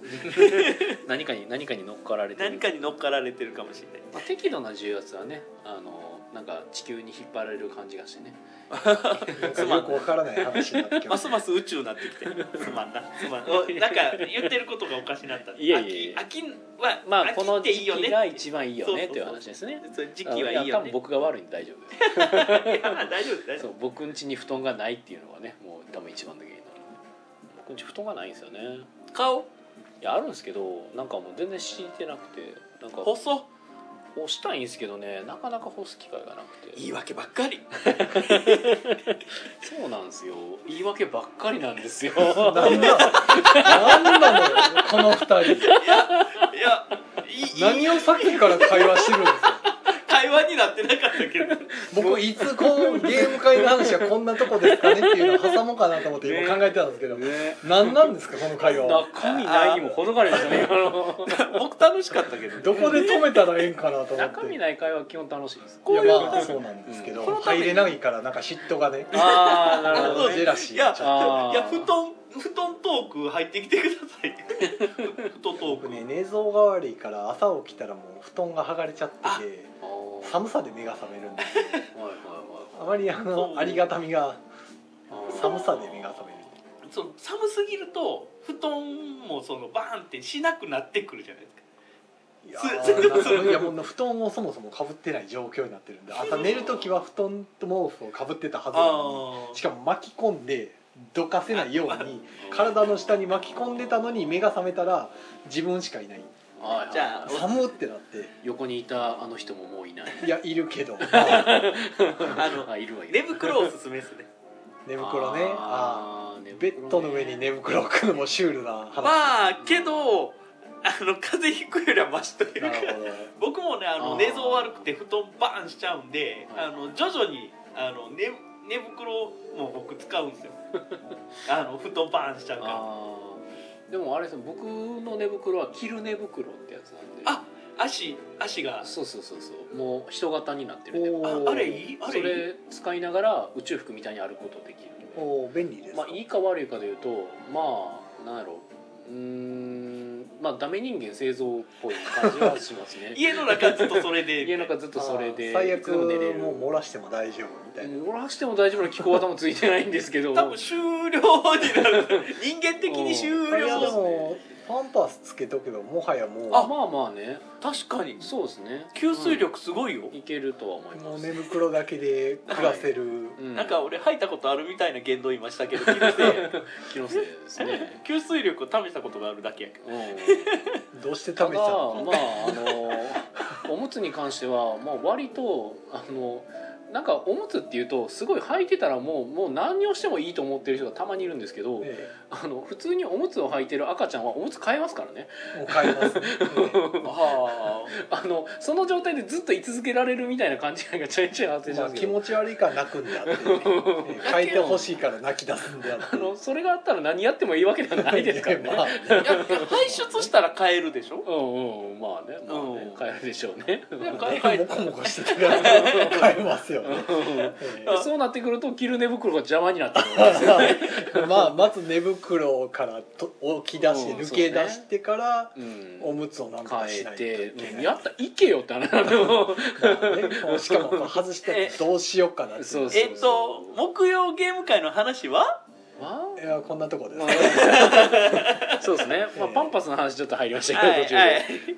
何かに何かに乗っかられてる
何かに乗っかられてるかもしれない
まあ、適度な重圧はねあのなんか地球に引っ張られる感じがしてね
なんかよくわからない話になってきま
ま <laughs>
し
すます宇宙になってきてすまんなすまんおなんか言ってることがおかしなった
いやいやいや
秋秋は、
まあこの
秋って
時
いいよね
期が一番いいよねっていう
そうそうそう
話ですね
そう時期はいい
や多
よね
分僕が悪いんで大丈夫です
いや大丈夫です大丈 <laughs>
そ
夫
う僕ん家に布団がないっていうのはねもう多分一番の原因だな僕ん家布団がないんですよね
です顔
いやあるんですけどなんかもう全然敷いてなくてなんか干
細
したいんですけどねなかなか干す機会がなくて
言い訳ばっか <laughs> り
そうなんですよ言い訳ばっかりなんですよ
た <laughs> なんなのなんなのよこの二人
いやいい
何をさっきから会話してるんです
<laughs>
か
会話になってなかったけ <laughs> ど
僕いつこうゲーム会の話はこんなとこですかねっていうのを挟もうかなと思って今考えてたんですけど、
ね
何なんですかこの会話は
<laughs> 中身ないにも程がありますね今の
<laughs>
僕楽しかったけど
どこで止めたらええんかなと思って
中身ない会話は基本楽しいです
い
こういう
やまあそうなんですけど、
うん
このため
入
に
れないからなんか嫉妬がね
ああなる
あ
ほ
の
ど、
ジェ
ね、
ラシー
いや
がちょっ
あー
いや布団布団トーク入ってきてください布団
と
トー
僕
ク
ね寝相が悪いから朝起きたらもう布団が剥がれちゃってて
あー
寒さで目が覚めるんですよ
はいはい
あまりあ
そう
のありがたみ
はい
が
はい
寒さで目が覚める
その寒すぎると布団もそのバーンってしなくなってくるじゃないですか
いや
す
ーなんかいやもう布団をそもそもかぶってない状況になってるんで朝寝る時は布団と毛布をかぶってたはずなのにしかも巻き込んでどかせないように体の下に巻き込んでたのに目が覚めたら自分しかいない
はいはいはい
じゃあ
寒ってなって
横にいたあの人ももういない
<laughs>
<laughs>
いやいるけど、まあ
あの
あいるわいる
寝袋おすすめですね
寝袋ねあ
あー
あ
寝
ベ
袋ね
ッドの上に寝袋を置くのもシュールな話、
まあけどあの風邪ひくよりはマシという
な
か
るほど
僕もねあの
あー
寝相悪くて布団バーンしちゃうんで
はい
あの徐々にあの寝寝袋も僕使うんです
<laughs>
よあの布団バーンしちゃうから
あーでもあれですね僕の寝袋は着る寝袋ってやつなんで
あ足足が
そうそうそうそうもう人型になってる寝
お
袋
ー
ああれいいあ
そ
れいい
れ使いながら宇宙服みたいに歩くことできる
おー便利です
まあいいか悪いかでいうとまあなんやろううーんまあダメ人間製造っぽい感じはします
<laughs>
ね
家の中ずっとそれで
家の中ずっとそれ
あ
で
ー最
い
悪
つでも寝れる
もう漏らしても大丈夫みたいな、
漏らしても大丈夫な気候型もついてないんですけど
多分終了になる人間的に終
これ
了
そ
はで
う
もパンパスつけとくのもはやもう
あまあまあね
確かに
そうですね
吸水、力すごいよ
うんいけるとは思い
も
ま
う
す
寝袋だけで暮らせる、
うん
なんか俺吐いたことあるみたいな言動いましたけど気のせ
<laughs>
い
気のせいですね
吸水力を試したことがあるだけやけど
うん
どうして試した
ただまあ
の
あのおむつに関しては、まあ、割とあのなんかおむつっていうとすごい履いてたらもうもう何をしてもいいと思ってる人がたまにいるんですけど、
ねえ
あの普通におむつを履いてる赤ちゃんはおむつ変えますからね
もう買
<laughs>
いますね、
あ
あのその状態でずっと居続けられるみたいな勘違いがちゃいちゃい発生しま
まあ、
すけ
気
ど、
持ち悪いから泣くんだって、ね、
<laughs>
変えてほしいから泣き出すんだって
あのそれがあったら何やってもいいわけではないですからね
まあ
あいや排出したら変えるでしょ
うんうんまあね,、まあ
う
ね
ん
変えるでしょうね
なんか
ねモコモコしてたら変えますよね、え
でそうなってくると着る寝袋が邪魔になってくるんですよね、
え <laughs> まあまず寝袋からと起き出して
うん
抜け出してから
うん
おむつをなんとか
変
しないと
え
い
て
け
う
なんい
やった行けよって話なんだけど
ねしか
<laughs>
もこう外してどうしようかなって
そうそう
えっと木曜ゲーム会の話は
ま
いやこんなとこです、
あまあそうですね、まあ、パンパスの話ちょっと入りましたけど
は
途
い
中で、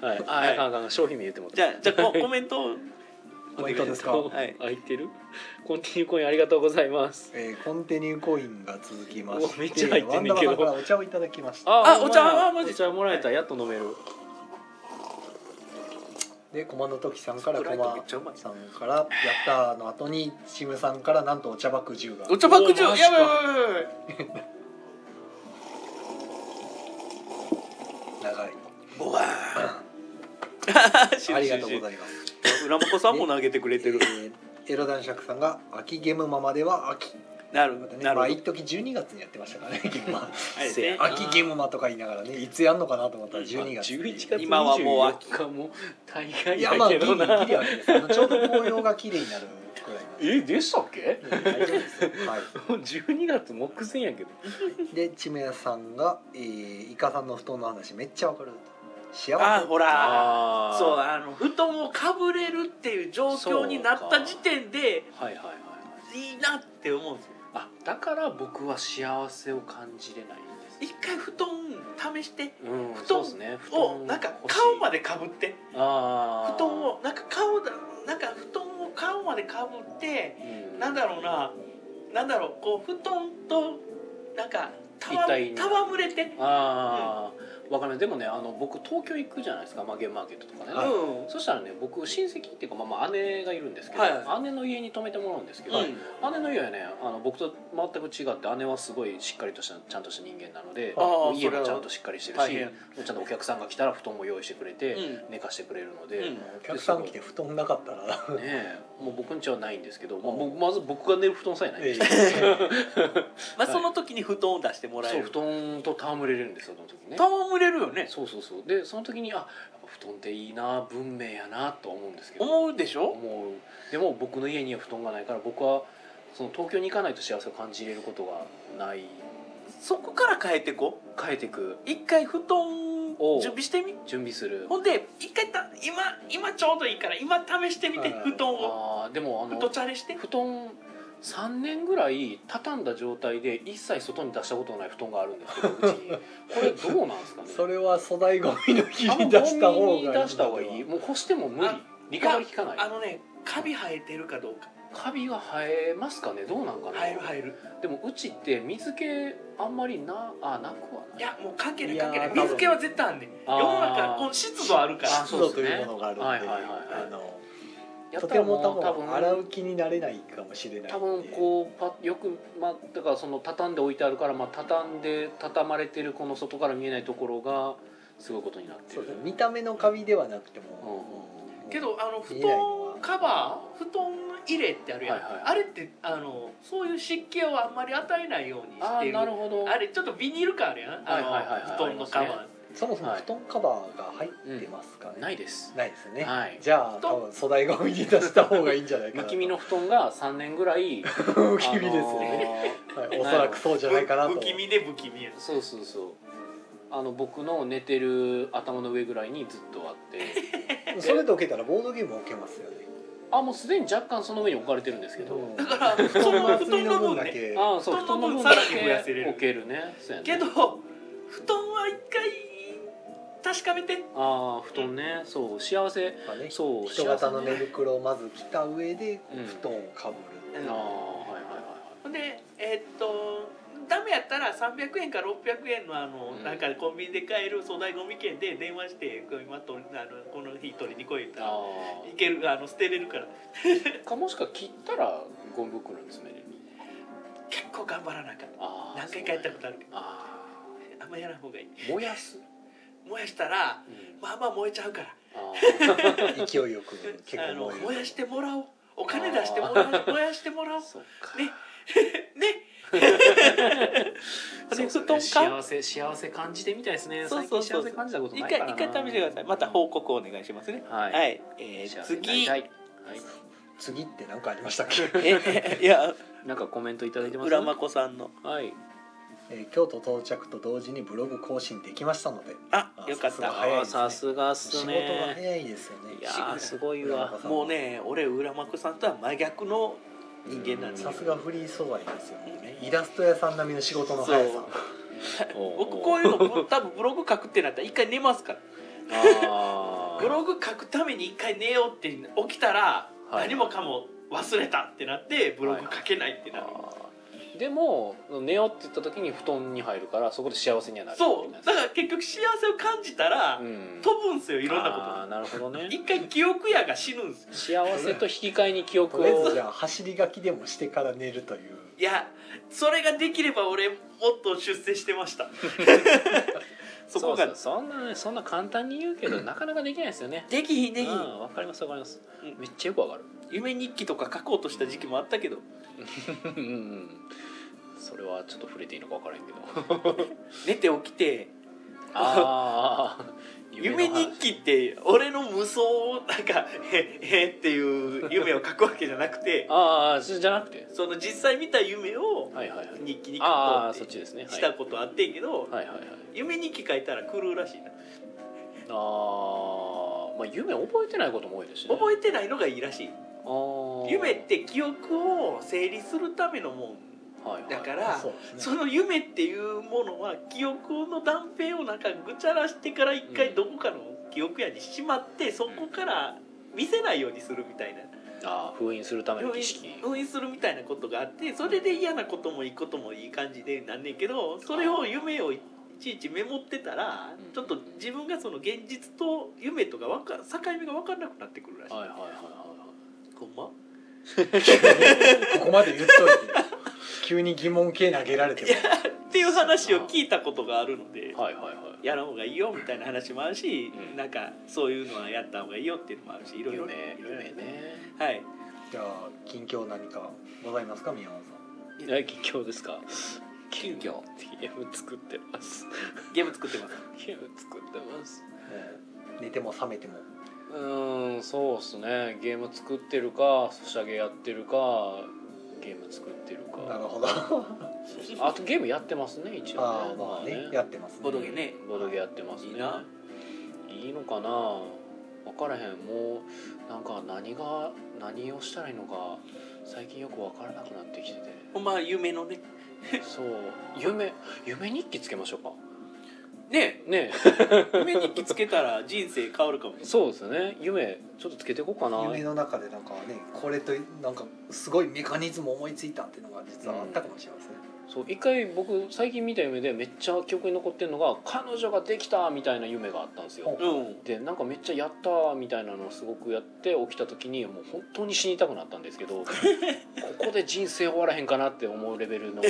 は
は
い
い、ああかんあかん商品名言ってもらっ
じ
た
ゃあじゃあココメントを
ポイントですか
はい
開いてるコンティニューコインありがとうございます
えーコンティニューコインが続きまして
おめっちゃ入ってんねん
ワンダ
けど
マさんからお茶をいただきました
あ
ほんま
お茶
や
あマジ
お茶もらえたやっと飲める
で駒の時さんから
スプライトめっちゃう
駒
まい
さんから「やったー」の後にシムさんからなんとお茶爆汁が
お茶爆
お
笑
マジか
やばいやばいやばい
長い
ボワーン
ありがとうご
い
ざいます
ますラムコさんも投げてくれてる
えーエロ男爵さんが「秋ゲームママでは秋」
なる
またね
なる
まあ
ほど
一時12月にやってましたからね <laughs> ゲームマ
あれですね
秋ゲームマとか言いながらねいつやんのかなと思ったら12月
11月
今はもう秋
24日も大概
いやまあ
だ
ギ
け
リ
ど
ギ
な、
リはですあのちょうど紅葉が綺麗になるくらいなんで
えでしたっけ <laughs>
大丈夫ですよはい
もう12月目前やけど
でちむやさんが、えー「イカさんの布団の話めっちゃわかる」と「幸せ」
あーほら
あー
そうあの布団をかぶれるっていう状況になった時点で
はいはいはい
いいなって思うんですよ
あだから僕は幸せを感じれないんです
一回布団試して
うん
布団
そうですね布
をなんか顔までかぶって
あー
布団をなんか顔だなんか布団を顔までかぶって
うん
なんだろうななんだろうこう布団となんかたわ
一体に
戯れて
ああ、わかりますでもねあの僕東京行くじゃないですか、まあ、ゲームマーケットとかね、
はい
うん
そしたらね僕親戚っていうか、まあ、まあ姉がいるんですけど、
はいは
姉の家に泊めてもらうんですけど、
うん
姉の家はねあの僕と全く違って姉はすごいしっかりとしたちゃんとした人間なので
あー
もう家
それ
も
は
ちゃんとしっかりしてる
大
し
変
もうちゃんとお客さんが来たら布団も用意してくれて、
うん
寝かしてくれるので、
うん
お客さん来て布団なかったら、
ねえもう僕んちはないんですけど、まあ、もうまず僕が寝る布団さえないんですよ、
まあ
はい
その時に布団を出してもらえる
そう布団と戯れるんですよその時ね
戯れるよね
そうそうそうでその時にあやっぱ布団っていいな文明やなと思うんですけど
思うでしょ
思うでも僕の家には布団がないから僕はその東京に行かないと幸せを感じれることがない
そこから変えてこう
変えていく
一回布団
おう
準備してみ
準備する
ほんで一回た今今ちょうどいいから今試してみて
はい
布団を
あーでもあ
布
の
団チャレして
布団3年ぐらい畳んだ状態で一切外に出したことのない布団があるんですけどうちにこれどうなん <laughs> ですかね
<laughs> それは粗大ゴミの日
あ
に
の
出した方が
ゴ
いい
ミに出した方がいいもう干しても無理
あ
リカバリー効かない
あのねカビ生えてるかどうか
カビが生えますかねどうなんかな
生える生える
でもうちって水気あんまりなあなくはない
いやもうかける
いや
か
ー
ける
多分
水気は絶対あんねん
あー
世の中この湿度あるから
あ
湿
そう
度
です
と
ね
いうものがあるんで
はいはいはいはい
あの
や
と
った
て
ら
も
もう
多
多
分洗う
分
気になれないかもしれないんで
多分こうパよくまあだからその畳んで置いてあるからまあ畳んで畳まれてるこの外から見えないところがすごいことになって
そう
る
ですね見た目のカビではなくても、
う
けどあの布
見えないのは
団カバー布団入れってあるやん、
はいはい
あれってあのそういう湿気をあんまり与えないように
あ
し
ー
てる
なる
あ
ほど
れちょっとビニール感あるやんあの、
はいはいはいはい
布団のカバー、
あ
そもそも
はい
布団カバーが入ってますかね、
ないです
ないですよね、
はい
じゃあ多分粗大ゴミに出した方がいいんじゃないかな
むきみの布団が3年ぐら
<laughs>
い
不気味ですね、
ね
はい、おそらくそうじゃないかなと
不気味で不気味やん
そうそうそうあの僕の寝てる頭の上ぐらいにずっとあって
それで置けたらボードゲーム置けますよね
あもうすでに若干その上に置かれてるんですけど、
だか
だからその布団の分
だ
ね
け
ああそう
布
布団
団
の
の分
分
さ
だ
らに増やせ
け
れる
置けるねそうやね
けど布団は一回確かめて
ああ布団ねそう幸せ
まあね、
そう
人
幸せ
型の寝
ね
袋をまず着た上で
うん
布団をかぶる、
ああはいはいはいはい
ほんでえーっとダメやったら300円か600円のあの、
うん
なんかコンビニで買える粗大ゴミ券で電話して「これ今取りあのこの日取りに来い」って言ったら
あ
いけるあの捨てれるから
あかもしくは切ったらゴミ袋に詰める
結構頑張らなあかった
ああ
何回かやったことあるけど
あ
あんまやらん方がいい
あ燃やす、
燃やしたら
うん、
まあまあ燃えちゃうから
あ
<laughs>
あ
勢いよく結
あ
構
の
燃え
燃
る
やしてもらおうお金出してもらおう燃やして
<laughs>
もらおう
そっか
ねね
そうです
布
ね
団か
幸せ幸せ感じてみたいですね
そうそうそ
最近
う
幸せ感じたこと
一
ない
回
からな
一回試してくださいまた報告お願いしますね
はい、
はい、えー
幸せになりた
次
い
次って何かありましたっけ、
えいや
はい、なんかコメントいただいてます
浦真子さんの
はい
えー京都到着と同時にブログ更新できましたので
あ
あ
よかっ
さすが
た
早い
あ
で
ー
すね
さすがっ
仕
す
事が
ね
早いですよね
いやーすごい
浦
わ
和さん
もうね俺浦真子さんとは真逆の人間なんです
さ
よ
すがフリー素材ですよねイラスト屋さん並みの仕事の速さ
そう僕
僕
こういうのぶ多分ブログ書くってなったら一回寝ますから
あ
ブログ書くために一回寝ようって起きたら
はい
何もかも忘れたってなってブログ書けないってなる
ーでも寝ようって言った時に布団に入るからそこで幸せにはなる
そうだから結局幸せを感じたら
うん
飛ぶんすよいろんな
あー
こ
なるほどね
と一回記憶やが死ぬんすよ
幸せと引き換えに記憶
とりあえずじ
を
ゃあ走り書きでもしてから寝るという
いやそれができれば俺もっと出世してましたそこ
う
が
うそんなねそんな簡単に言うけどなかなかできないですよね
できひん
う
で
ん
きひん
わかりますわかります
うん
めっちゃよくわかる
夢日記とか書こうとした時期もあったけど
うんうんそれはちょっと触れていいのかわからへんけど
寝て起きて
ああ <laughs>
夢日記って俺の無双をなんか「へへ」っていう夢を書くわけじゃなくて
<laughs> ああそれじゃなくて
その実際見た夢を
はいはいはい
日記に書
ああ
こう
そっ
っ
ち
て
ですねはい
したことあってんけど
はいはいはい
夢日記書いたら狂うらしいな
ああまあ夢覚えてないことも多いですしね
覚えてないのがいいらしい
あー
夢って記憶を整理するためのもん
はいはい
だから
そうですね
その夢っていうものは記憶の断片をなんかぐちゃらしてから一回どこかの記憶やにしまってそこから見せないようにするみたいな
ああ封印するための儀式
封印するみたいなことがあってそれで嫌なこともいいこともいい感じでなんねんけどそれを夢をいちいちメモってたら
うん
ちょっと自分がその現実と夢とかわか境目が分かんなくなってくるらしい。
はいはいはいはい
ほんま
ここまで言っといて急に疑問系投げられても
っていう話を聞いたことがあるので。
はいはいはいはい
やらん方がいいよみたいな話もあるし、
うん
なんかそういうのはやった方がいいよっていうのもあるしいろいろ
夢夢ね
はい
じゃあ近況何かございますか宮本さん
え近況ですか近況ゲーム作ってます
ゲーム作ってます
ゲーム作ってます
もう寝ても覚めても
うーんそうっすねゲーム作ってるかソシャゲやってるかゲーム作ってる
なる
か
ほどあ
あとゲームやってますね一応
あまあねやってます
ボ
ね
ドゲね
ボドゲやってますね
いいない
いのかな分からへんもうなんか何が何をしたらいいのか最近よく分からなくなってきてて
ほんま夢のね
そう夢夢日記つけましょうか
ね
ね
夢日記つけたら人生変わるかもし
えそうですね夢ちょっとつけていこうかな
夢の中でなんかねこれとなんかすごいメカニズム思いついたっていうのが実はあったかもしれません、ね
そう一回僕最近見た夢でめっちゃ記憶に残ってるのが彼女ができたみたいな夢があったんですよ
うん
でなんかめっちゃやったーみたいなのをすごくやって起きた時にもう本当に死にたくなったんですけどここで人生終わらへんかなって思うレベルの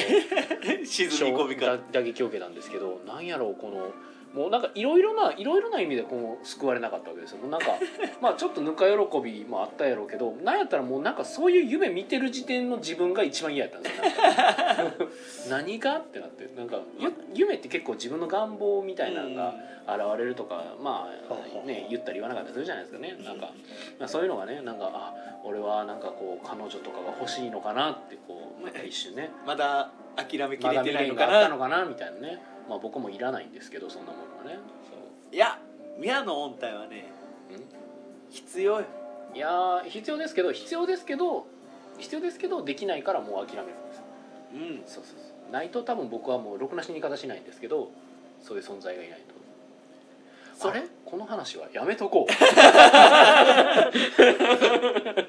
沈み込みか
だ打撃を受けたんですけどなんやろうこのもうなんかいろいろないろいろな意味でこう救われなかったわけですよもうなん
<laughs>
かまあちょっとぬか喜びもあったやろうけどなんやったらもうなんかそういう夢見てる時点の自分が一番嫌やったんですよなん
<laughs>
か何がってなってなんかゆ夢って結構自分の願望みたいなのが現れるとかまあね言ったり言わなかったりするじゃないですかねなんかまあそういうのがねなんかあ俺はなんかこう彼女とかが欲しいのかなってこうなんか
<laughs>
一瞬ね
まだ諦めき
ま
れ
だ
て
未
ない
練
のか
があった
な
のかなみたいなねまあ僕もいらないんですけどそんなものはね
いや宮の音体はね必要
そ
よ
ういやー必要ですけど必要ですけど必要ですけどできないからもう諦めるんです
うん
そうそうそうないと多分僕はもうろくな死に方しないんですけどそういう存在がいないと
そう
あれこの話はやめとこう
<laughs>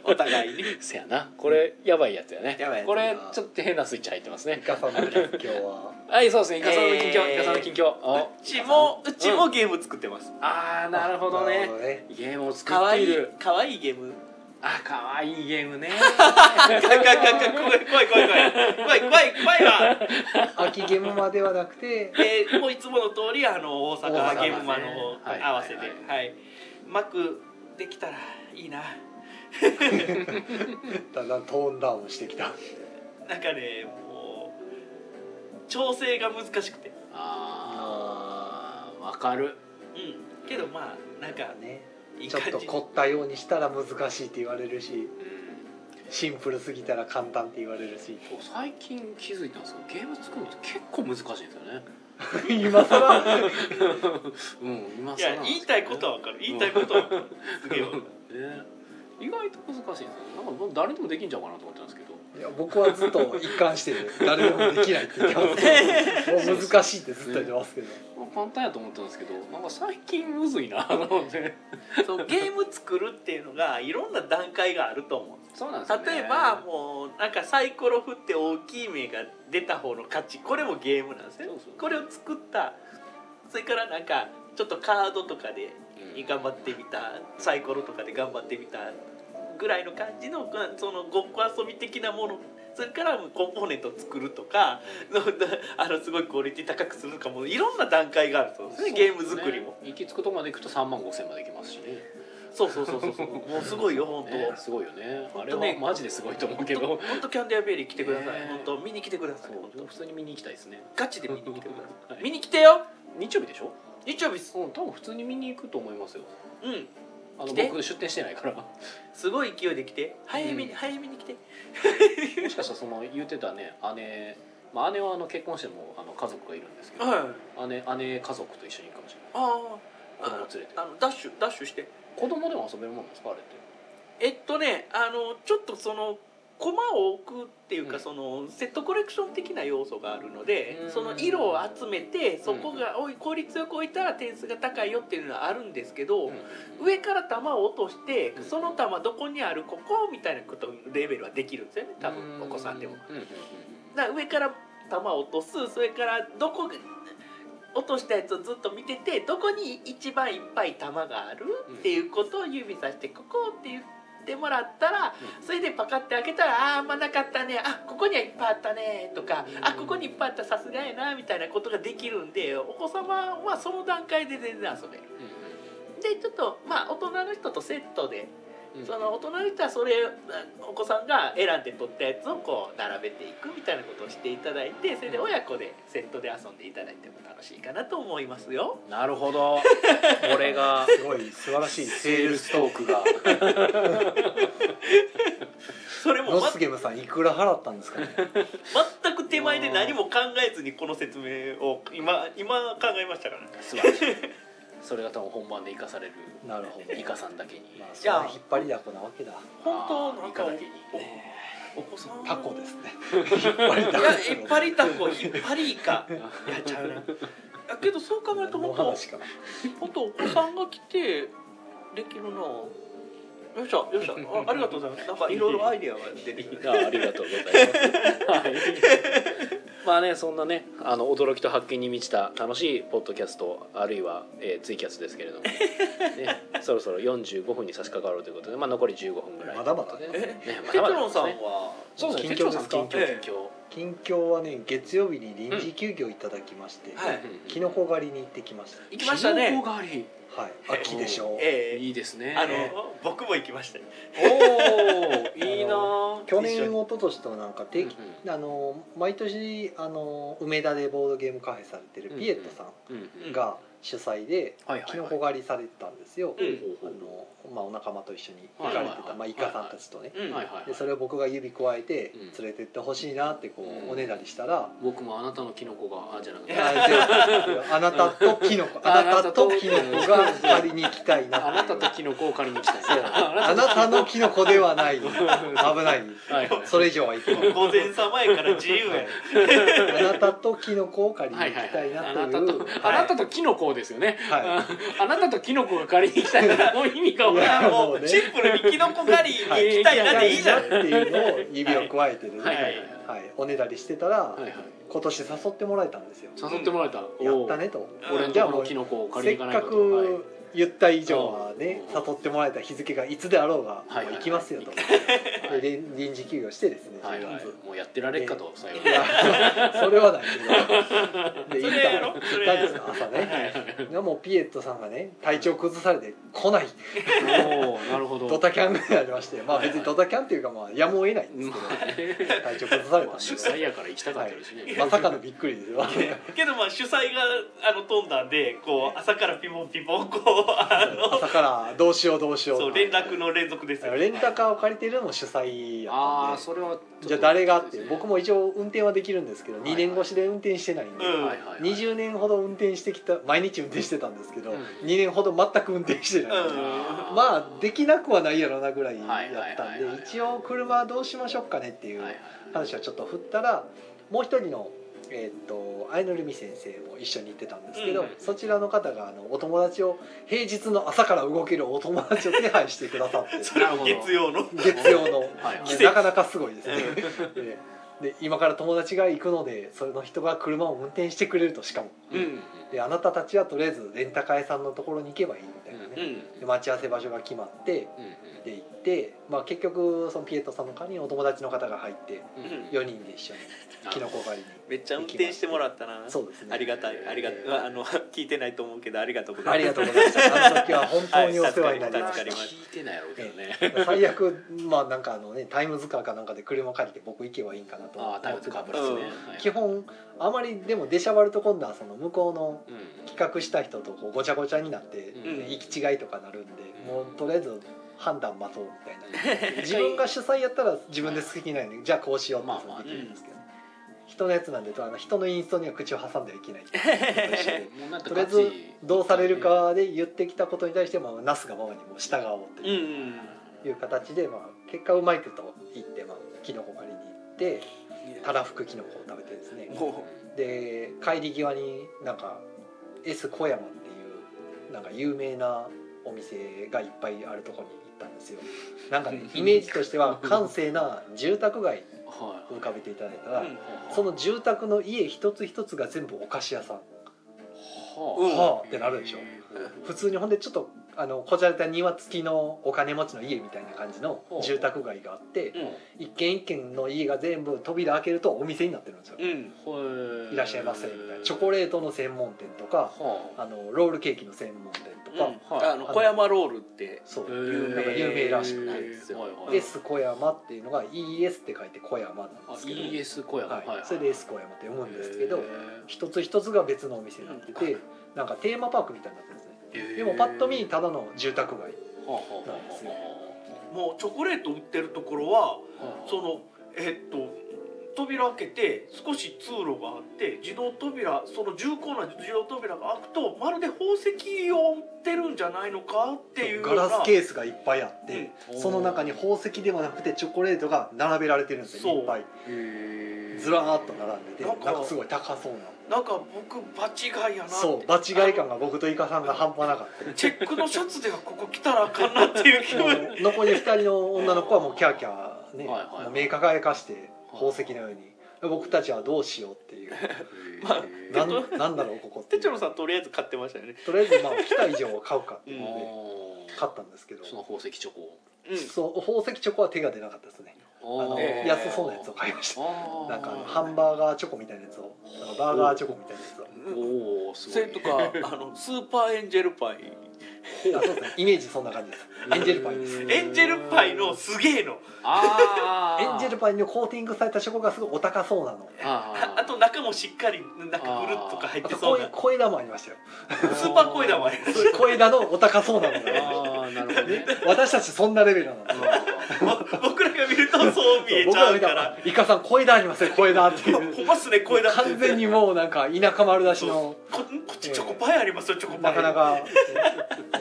お互 <laughs> いに
せやなこれやばいやつやね
やばいやつ
これちょっと変なスイッチ入ってますね
イカさんの今日は
はいそうですねイカさんの近況、
えー
イカさんの近況あ
うちもうちもゲーム作ってます
あーなるほどね
なるほどね
ゲームを作
かわ
って
い
い
い
る
かわいいゲーム
あ可愛いゲームね
かかかか怖い怖い怖い怖い怖い怖い怖いわ
秋ゲームまではなくて
えーもういつもの通りあの大阪ゲームマンの方
大阪ね
合わせて
はい
はいマックできたらいいな
だんだんトーンダウンしてきた
なんかねもう調整が難しくて
あーわかる
うんけどまあなんか
ね
いい
ちょ
感
っ
じ
と凝ったようにしたら難しいって言われるし
うん
シンプルすぎたら簡単って言われるし
そう最近気づいたんですけどゲーム作るのって結構難しいんですよね
<laughs>
今更
うん今
い
更
や
なんですけどね
言いたいことは分かる言いたいことは分かるすげえ分かる
ね意外と難しいんですよねなんかもう誰でもできんちゃうかなと思ってたんですけど
いや僕はずっと一貫してる誰でもできないって言ってますけどもう難しいってずっと言ってますけど
まあ簡単やと思ってたんですけどなんか最近むずいなと思って
そうゲーム作るっていうのがいろんな段階があると思う
そうなんですね
例えばもうなんかサイコロ振って大きい目が出た方の勝ちこれもゲームなんですね
そうそう
これを作ったそれからなんかちょっとカードとかで
うん
頑張ってみたサイコロとかで頑張ってみたぐらいの感じのまあそのごっこ遊び的なものそれからコンポーネントを作るとか <laughs> のあのすごいクオリティ高くするとかもういろんな段階があるそうですねゲーム作
そ
りも
うですね行き着くとこまで行くと3万5千まで行きますしね
そうそうそうそうそうもうすごいよ本当
ねすごいよねあ
本
れ
当
は
ね
マジですごいと思うけ
本
ど
当本当キャンディアベリー来てください、
ね
本当見に来てください本
そう
当
普通に見に行きたいですね
ガチで見に来てください、
はい
見に来てよ
日曜日でしょ
日曜日っす
うん多分普通に見に行くと思いますよ
うん
あの
来て
僕出店してないから <laughs> も
すごい勢いで来て早めに、
うん
早めに来て
しかしたらその言ってたね姉、まあ、姉はあの結婚してもあの家族がいるんですけど、
はい
姉姉家族と一緒に行くかもしれない
ああ
子供連れて
あのダッシュダッシュして
子供でも遊べるもんなんですかあれって
えっとねあのちょっとその駒を置くっていうか、
うん
そのセットコレクション的な要素があるので、
うん
その色を集めてそこがおい効率よく置いたら点数が高いよっていうのはあるんですけど、
うん
上から球を落として、
うん
その球どこにあるここみたいなことレベルはできるんですよね多
うん
分お子さんでも。だか
うんうんうん
ら上から球を落とすそれからどこが落としたやつをずっと見ててどこに一番いっぱい球があるっていうことを指さして「ここ」って言ってもらったらそれでパカって開けたら「あーあんまなかったねあここにはいっぱいあったね」とか
う
「
ん
あここにいっぱいあったさすがやな」みたいなことができるんでお子様はその段階で全然遊べる。でちょっとまあ大人の人とセットで
うんうん
その大人の人はそれあお子さんが選んで取ったやつをこう並べていくみたいなことをしていただいてそれで親子でセットで遊んでいただいても楽しいかなと思いますよ。
なるほどこれが
すごい素晴らしいセールストークが
それも、
ロ
ま、
スゲムさんいくら払ったんですかね
全く手前で何も考えずにこの説明を今今考えましたからね。
素晴らしいそれが多分本番で生かされる
なるほど
イカさんだけに
まあそれは引っ張りだこなわけだ
本当なんか
イカだけに
お子さん
タコですね引っ張りだこ
いや引っ張りタコ引っ張りイカいやちゃ <laughs> うなあけどそう考えると
の
本当
話かな
本当お子さんが来てできるなよっしゃよっしゃああり
<laughs>
がとうございますなんかいろいろアイデアが出てくる
あありがとうございます。はいまあねそんなねあの驚きと発見に満ちた楽しいポッドキャストあるいは、えーツイキャスです <laughs> けれども、ね、そろそろ45分に差し掛かろうということで、まあ、残り15分ぐらい
まだまだ
ね
ね
え
ねま
テ
だま
ト
だ
ロンさん
ね
は
そうですね
近況ですか
近況近況
ええ
近況、
近況はね月曜日に臨時休業いただきまして、
はい
キノコ狩りに行ってきまし
行
き
きましたね
狩り
たはい秋でしょう、
ええ
いいですね
あの僕も行きました
おおいいなあ
去年
一緒に
一昨年となんか定期、
う
あの毎年あの梅田でボードゲームカフェされてるピエットさ
うんうん
んが主催で
はいはいはい
キノコ狩りされてたんですよ、
うん
あのまあ、お仲間と一緒に行かれて
はい
た、
はいはい
まあ、イカさんたちとね、
う
はい
ん
はいはい
でそれを僕が指くわえて
うん
連れてってほしいなってこ
うん
うおねだりした
<laughs>
ら「
僕もあなたのキノコがあじゃなくて
あ違うあなたとキノコあなたとキノコが狩りに行きたいな」
あなたとキノコを借りに来たい
そう <laughs> あなたのキノコではない危ない
<laughs> はいはい
それ以上はいけない
午前様やから自
<laughs>
由や
あなたとキノコを借りに
はい
行
は
きたい
いはいあな
な
た
という
とあなたとキノコですよね
は
あなたとキノコが借りに来たいなもう意味がわ
い
から
や
ん
もうシンプルにキノコ狩りに行きたいなっていいじゃ
っ
ん
ていうのを指をくわえてね
はいはいはい
はいおねだりしてたら
はいはい
今年誘ってもらえたんですよ
誘ってもらえた
や
おう
ったねと
俺の
じゃ
とこ
あも
の
う
キノコを借り
せっ
に行かない
か
かとはい
く言った以上はね
うん
誘ってもらえた日付がいつであろうが
はい
もう行きますよと
はい
で臨臨時休業してですね
はいはい
とりあえず
もうやってられっかとさよ
いや <laughs> それはない
<laughs>
けどで
そ
行っ
れやろ
た行ったんですよ朝ねでもうピエットさんがね体調崩されて来ない
おお <laughs> なるほど
ドタキャンがありましてまあ
はい
別
は
に
い
ドタキャンっていうかまあやむを得ないんです
まあね
けど体調崩され
ま
た
あ
ん
主
で
催やから行きたかったですね
まさかのびっくりですよ
けどまあ主催があの飛んだんでこう朝からピボンピボンこうあの
朝からどうしようどうしよう
そう連絡の連続ですよ
レンタカーを借りてるのも主催や
ああ
ったんで
それは
じゃあ誰がって僕
も
も一応運転はできるんですけど
はい
2年越しで運転してないんで
うん
はいはいはい
20年ほど運転してきた毎日運転してたんですけど
うん
2年ほど全く運転してないんで
あー
まあできなくはないやろなぐらいやった
はい
ん
はいはいはい
で一応車どうしましょうかねっていう
はいはい
話をちょっと振ったらもう一人のえーっと相乗りみ先生も一緒に行ってたんですけど、
うん
そちらの方があのお友達を平日の朝から動けるお友達を手配してくだ
<laughs>
さって
それも月曜の
月曜の、
はいはい
ねなかなかすごいですね。 <laughs> でで今から友達が行くのでその人が車を運転してくれるとしかも
うんうん
であなたたちはとりあえずレンタカー屋さんのところに行けばいいみたいな
う
ね、
ん
で待ち合わせ場所が決まってで行って、まあ、結局そのピエットさんの代わりにお友達の方が入って
うんうん
4人で一緒にキノコ狩りに
めっちゃ運転してもらったな
そうですね
ありがたいありが
えー
あの <laughs> 聞いてないと思うけどありがとうご
あ
ざい
りが
ます
とうございましたあの時は本当にお世話になり
は
ま
助かり
し
ました
聞いてないやろうけどね
た最悪まあなんかあのねタイムズカーかなんかで車借りて僕行けばいいんかなと
あ
思
あ
って
タイ
たん
ム
で
ズカ
すけ
ップ
ど
ですね
基本あまりでも出しゃばると今度はその向こうの
うん
企画した人とこうごちゃごちゃになって、
うん
ね行き違いとかなるんで、
うん
もうとりあえず判断待とうみたいな自分が主催やったら自分で好きなようにじゃあこうしようって
まあまあ
できるんですけど、人のやつなんであの人のインストには口を挟んではいけない
もうなんか
<laughs> とりあ
ガ
え
チ
ずどうされるかで言ってきたことに対してもなすがままにもう従おうと
うん
いう,、
うん
いう形で、まあ、結果うまいこと言って、まあ、キノコ狩りに行ってたらふくキノコを食べてですね
も
で帰り際になんか S 小山っていうなんか有名なお店がいっぱいあるとこに行ったんですよなんか
<laughs>
ねイメージとしては閑静な住宅街
は
を浮かべていただいた
う
ら、
うん
その住宅の家一つ一つが全部お菓子屋さん
は
はあってなるでしょ普通にほんでちょっとあのこじゃれた庭付きのお金持ちの家みたいな感じの住宅街があって
うん
一軒一軒の家が全部扉開けるとお店になってるんですよ
うん
はい
らっしゃいませみたいなチョコレートの専門店とか
は
あのロールケーキの専門店とか、
うんあの小山ロールって
そう
へー
なんか有名らしくて
はい
「
はい
S 小山」っていうのが「ES」って書いて小山なん
あ
ですけど、
ES 小屋
はいそれで「S 小山」って読むんですけど
へ
一つ一つが別のお店になっててなんかテーマパークみたいになってるんですね
ー
でもパッと見ただの住宅街
はあはあはあ
なんですよ
もうチョコレート売ってるところは
はあ
そのえっと扉開けて少し通路があって自動扉その重厚な自動扉が開くとまるで宝石を売ってるんじゃないのかっていうよ
ガ
うな
ラスケースがいっぱいあって、
うん
その中に宝石ではなくてチョコレートが並べられてるんですよ
そう
いっぱい
へー
ずらーっと並んでて
な
なんん
か
かすごい高そうな
なんか僕場違いやなって
そう場違い感が僕とイカさんが半端なかった
チェックのシャツではここ来たらあかんなっていう気
も <laughs>
分
う残り2人の女の子はもうキャーキャーね、
はいはい
もう目輝かして
い
宝石のように「僕たちはどうしようっていう <laughs>
まあ
へー
な
ちょっ
んなんだろうここってい
テ
う
チョロさんとりあえず買ってましたよね
とりあえずまあ来た以上は買うかっていう
あ
ので
ー
買ったんですけど
その宝石チョコ
うん
そう宝石チョコは手が出なかったですねあの
あー
安そうなやつを買いました
あー
なんかあのハンバーガーチョコみたいなやつをなんかバーガーチョコみたいなやつを
おおす
そ
ごい
れと <laughs> かあのスーパーエンジェルパイ
あそうですねイメージそんな感じです <laughs> エンジェルパイです
エンジェルパイのすげえの
あ
<laughs> エンジェル
パ
パイにコーティングされたチョコがすごいお高そうなの
あ
あと中もしっかりなんかぐるっとか入っ
あ
て
と
そう
声
な
声玉ありましたよ
スーパー声だもんあ <laughs> れ
そういう声だのお高そうなのが <laughs> ね
あーなるほどね
私たちそんなレベルなの
あー
ぼ僕らが見るとそう見えち
僕
ゃ
ら
う
見
か
た
ら
ら「イカさん声だありますよ声だ」っていう
ほんまっすね声だって
完全にもうなんか田舎丸出しの
ここっちチョコパイありますよチョコパ
な
イ
かなか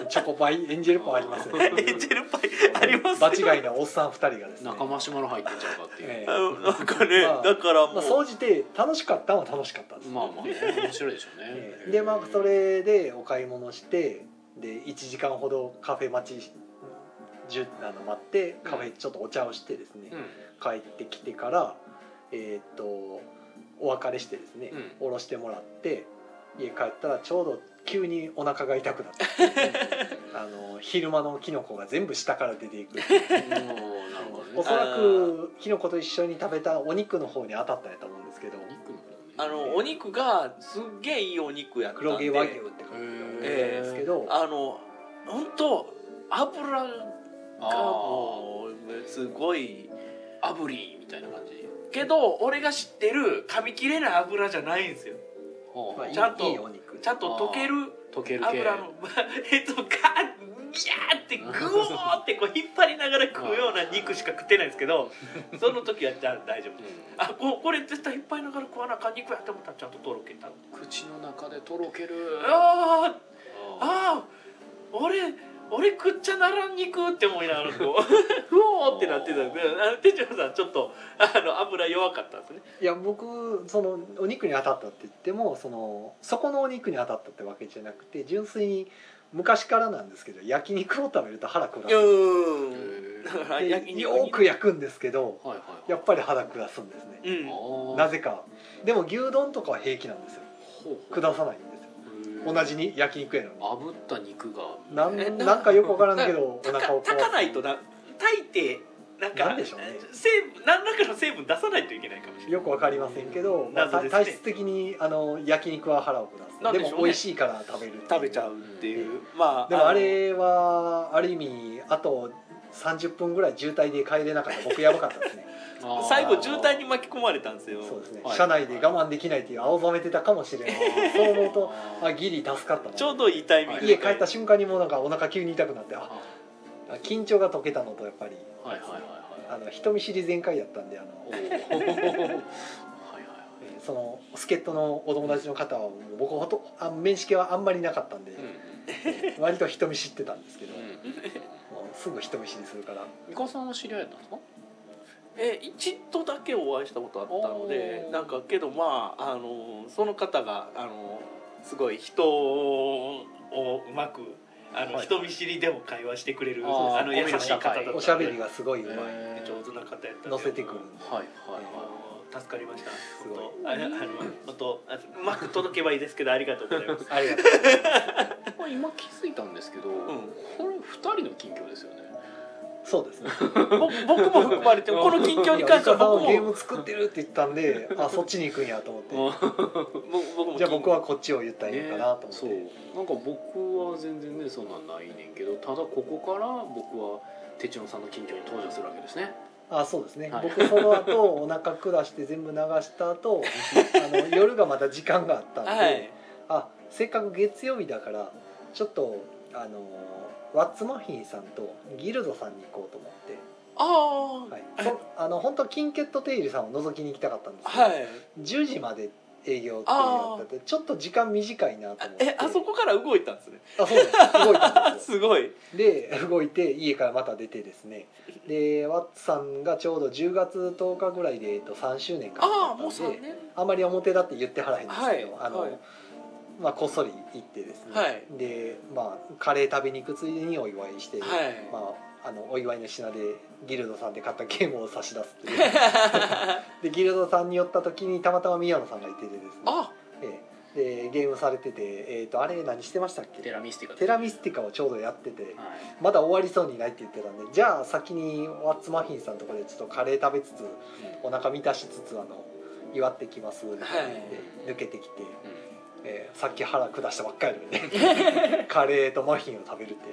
チョコパイエンジェルパイありますよね
<laughs> エンジェルパイありますよ
場違いなおっさん2人がですね
仲間島の入ってんちゃうかっていう、
ええ
うんなんかね
まあ
だからも
まあ総
う
じて楽しかったは楽しかったです、
まあまあね面白いでしょうね
ええでまあそれでお買い物してで1時間ほどカフェ待ちじゅあの待ってカフェちょっとお茶をしてですね、
うん
帰ってきてからえーっとお別れしてですね、
うん
おろしてもらって家帰ったらちょうど急にお腹が痛くなって
<laughs>
あの昼間のキノコが全部下から出ていく
おーなるほど
お
ね
そらくキノコと一緒に食べたお肉の方に当たったんやと思うんですけど
肉の方ね
あのお肉がすっげえいいお肉やったんで
黒毛和牛って感じのお肉なんですけど、
あの本当油が
あー
もうすごい
炙りみたいな感じ
けど俺が知ってる噛み切れない油じゃないんですよ
ほう
まあ、いい
ちゃんと
いいお肉
ちゃんと溶ける
溶ける系
油のえっとガーッギャーってグオーってこう引っ張りながら食うような肉しか食ってないんです
<laughs>
けどその時はじゃあ大丈夫
う
あここれ絶対引っ張りながら食わなあかん肉やって思ったらちゃんととろけた
ん口の中でとろける
あー
あ
ああ俺俺食っちゃならん肉って思いながらこう <laughs> ふおーってなってたんですけどあの店長さんちょっとあの油弱かったんですね
いや僕そのお肉に当たったって言ってもそのそこのお肉に当たったってわけじゃなくて純粋に昔からなんですけど焼肉を食べると腹下す
ー
う
へ
だ
ー
から
で
焼き肉
よく焼くんですけど
はいはい
やっぱり腹下すんですね
うん
な
ぜ
ぜかでも牛丼とかは平気なんですよ下さないんですよ同じに焼肉やのに
炙った肉が
なんなんかよくわからんけどお
た
腹を壊す
炊かないとな炊いてなんか
なんでしょうね
成分何らかの成分出さないといけないかもしれない
よくわかりませんけど、まあ
謎ですね
体質的にあの焼肉は腹を下
な
す
んで
で
しょうね
も美味しいから食べる
食べち
う
ゃうっていうまあ
でもあ
の
れはある意味あと30分ぐらい渋滞で帰れなかった僕やばかったです
<laughs>
ね
最後渋滞
に
に巻き込まれたんですよ
そうですね、
はい
車内で我慢できないっていう青ざめてたかもしれないそう思うとあギリ助かったな
ちょうどいいタイミングで
家帰った瞬間にもうなんかお腹急に痛くなってあ緊張が解けたのとやっぱり
はいはいはい
あの人見知り全開やったんであの <laughs>
はいおーはいはいはい
えーその助っ人のお友達の方はもう僕ほとあ面識はあんまりなかったんで、割と人見知ってたんですけど、
うん
も
うん
うすぐ人見知りするから
美香さんの知り合いだったんですか
え一度だけお会いしたことあったので
おー
なんかけどまああのその方があのすごい人をうまくあの、
はい
人見知りでも会話してくれる
あー
あの優しい方だったので
お
おしゃべりがすごいうまい、
へー
上手な方やったんで
乗せてくるんで、
はいは
あ
いは
の助かりました
すごい
本当ああの本当あうまく届けばいいですけどありがとうございます
ありがとうございます
いこれ今気づいたんですけど、これ二人の近況ですよね
そうですね
僕僕も含まれてるこの近況に関しては
いやイカ
僕
さんはゲー
も
ム作ってるって言ったんであそっちに行くんやと思って
僕僕も
じゃあ僕はこっちを言ったらいいのかなと思って、
そうなんか僕は全然ねそんなんないねんけどただここから僕は手帳さんの近況に登場するわけですね
あそうですね、
はい
僕その後
<laughs>
お腹下して全部流した後あの夜がまた時間があったんで、
はい
あせっかく月曜日だからちょっとあのーワッツマフィンさんとギルドさんに行こうと思っ
ああ
て、はい、そあの本当はキンケットテイルさんを覗きに行きたかったんですけど、
はい
10時まで営業っていうのだったんでちょっと時間短いなと思って
えあそこから動いたんですね
あそうです動いたん
あ <laughs>
です
すごい
で動いて家からまた出てですねでワッツさんがちょうど10月10日ぐらいで、えっと、3周年か
あ
な
あもう3年
あまり表だって言ってはらへんですけど、
はい
あの
はい
まあ、こっそり行ってですね、
はい
で、まあ、カレー食べに行くついでにお祝いして、
はい <laughs>
まあ、あのお祝いの品でギルドさんで買ったゲームを差し出すっていう
は
でギルドさんに寄った時にたまたま宮野さんがいててですね
あ
ええでゲームされてて、えー、とあれ何してましたっけ
テラミスティカ
テラミスティカをちょうどやってて
はい
まだ終わりそうにないって言ってたんでじゃあ先にワッツマフィンさんのとこでちょっとカレー食べつつお腹満たしつつあの祝ってきますみたいな言って抜けてきて、
うんうん
えーさっき腹下したばっかりなの
<laughs>
でカレーとマフィンを食べるって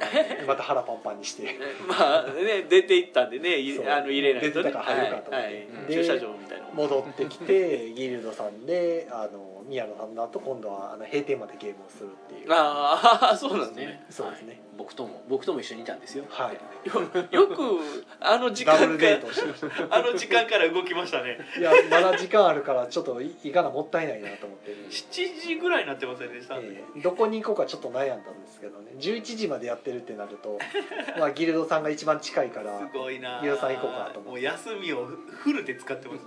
また腹パンパンにして
まあね出て行ったんでねい
そう
あの入れない
出
とね
てたから入るかと思って
はいはい
で
駐車場みたいな
戻ってきてギルドさんであの宮野さんだと今度はあの閉店までゲームをするっていう
ああそうなんですね
そうですね
僕とも僕とも一緒にいたんです
<laughs>
よ
はい
よくあの時
ダ
間
ブル
か
デートをしてまし
あの時間から動きましたね
たいやまだ時間あるからちょっとい行かなもったいないなと思って、
7時ぐらいになってませんでした、
えーどこに行こうかちょっと悩んだんですけどね11時までやってるってなる
<laughs>
と、まあ、ギルドさんが一番近いから
すごいな
ユーザー行こうかと思
も
っ
う
て
休みをフルで使ってます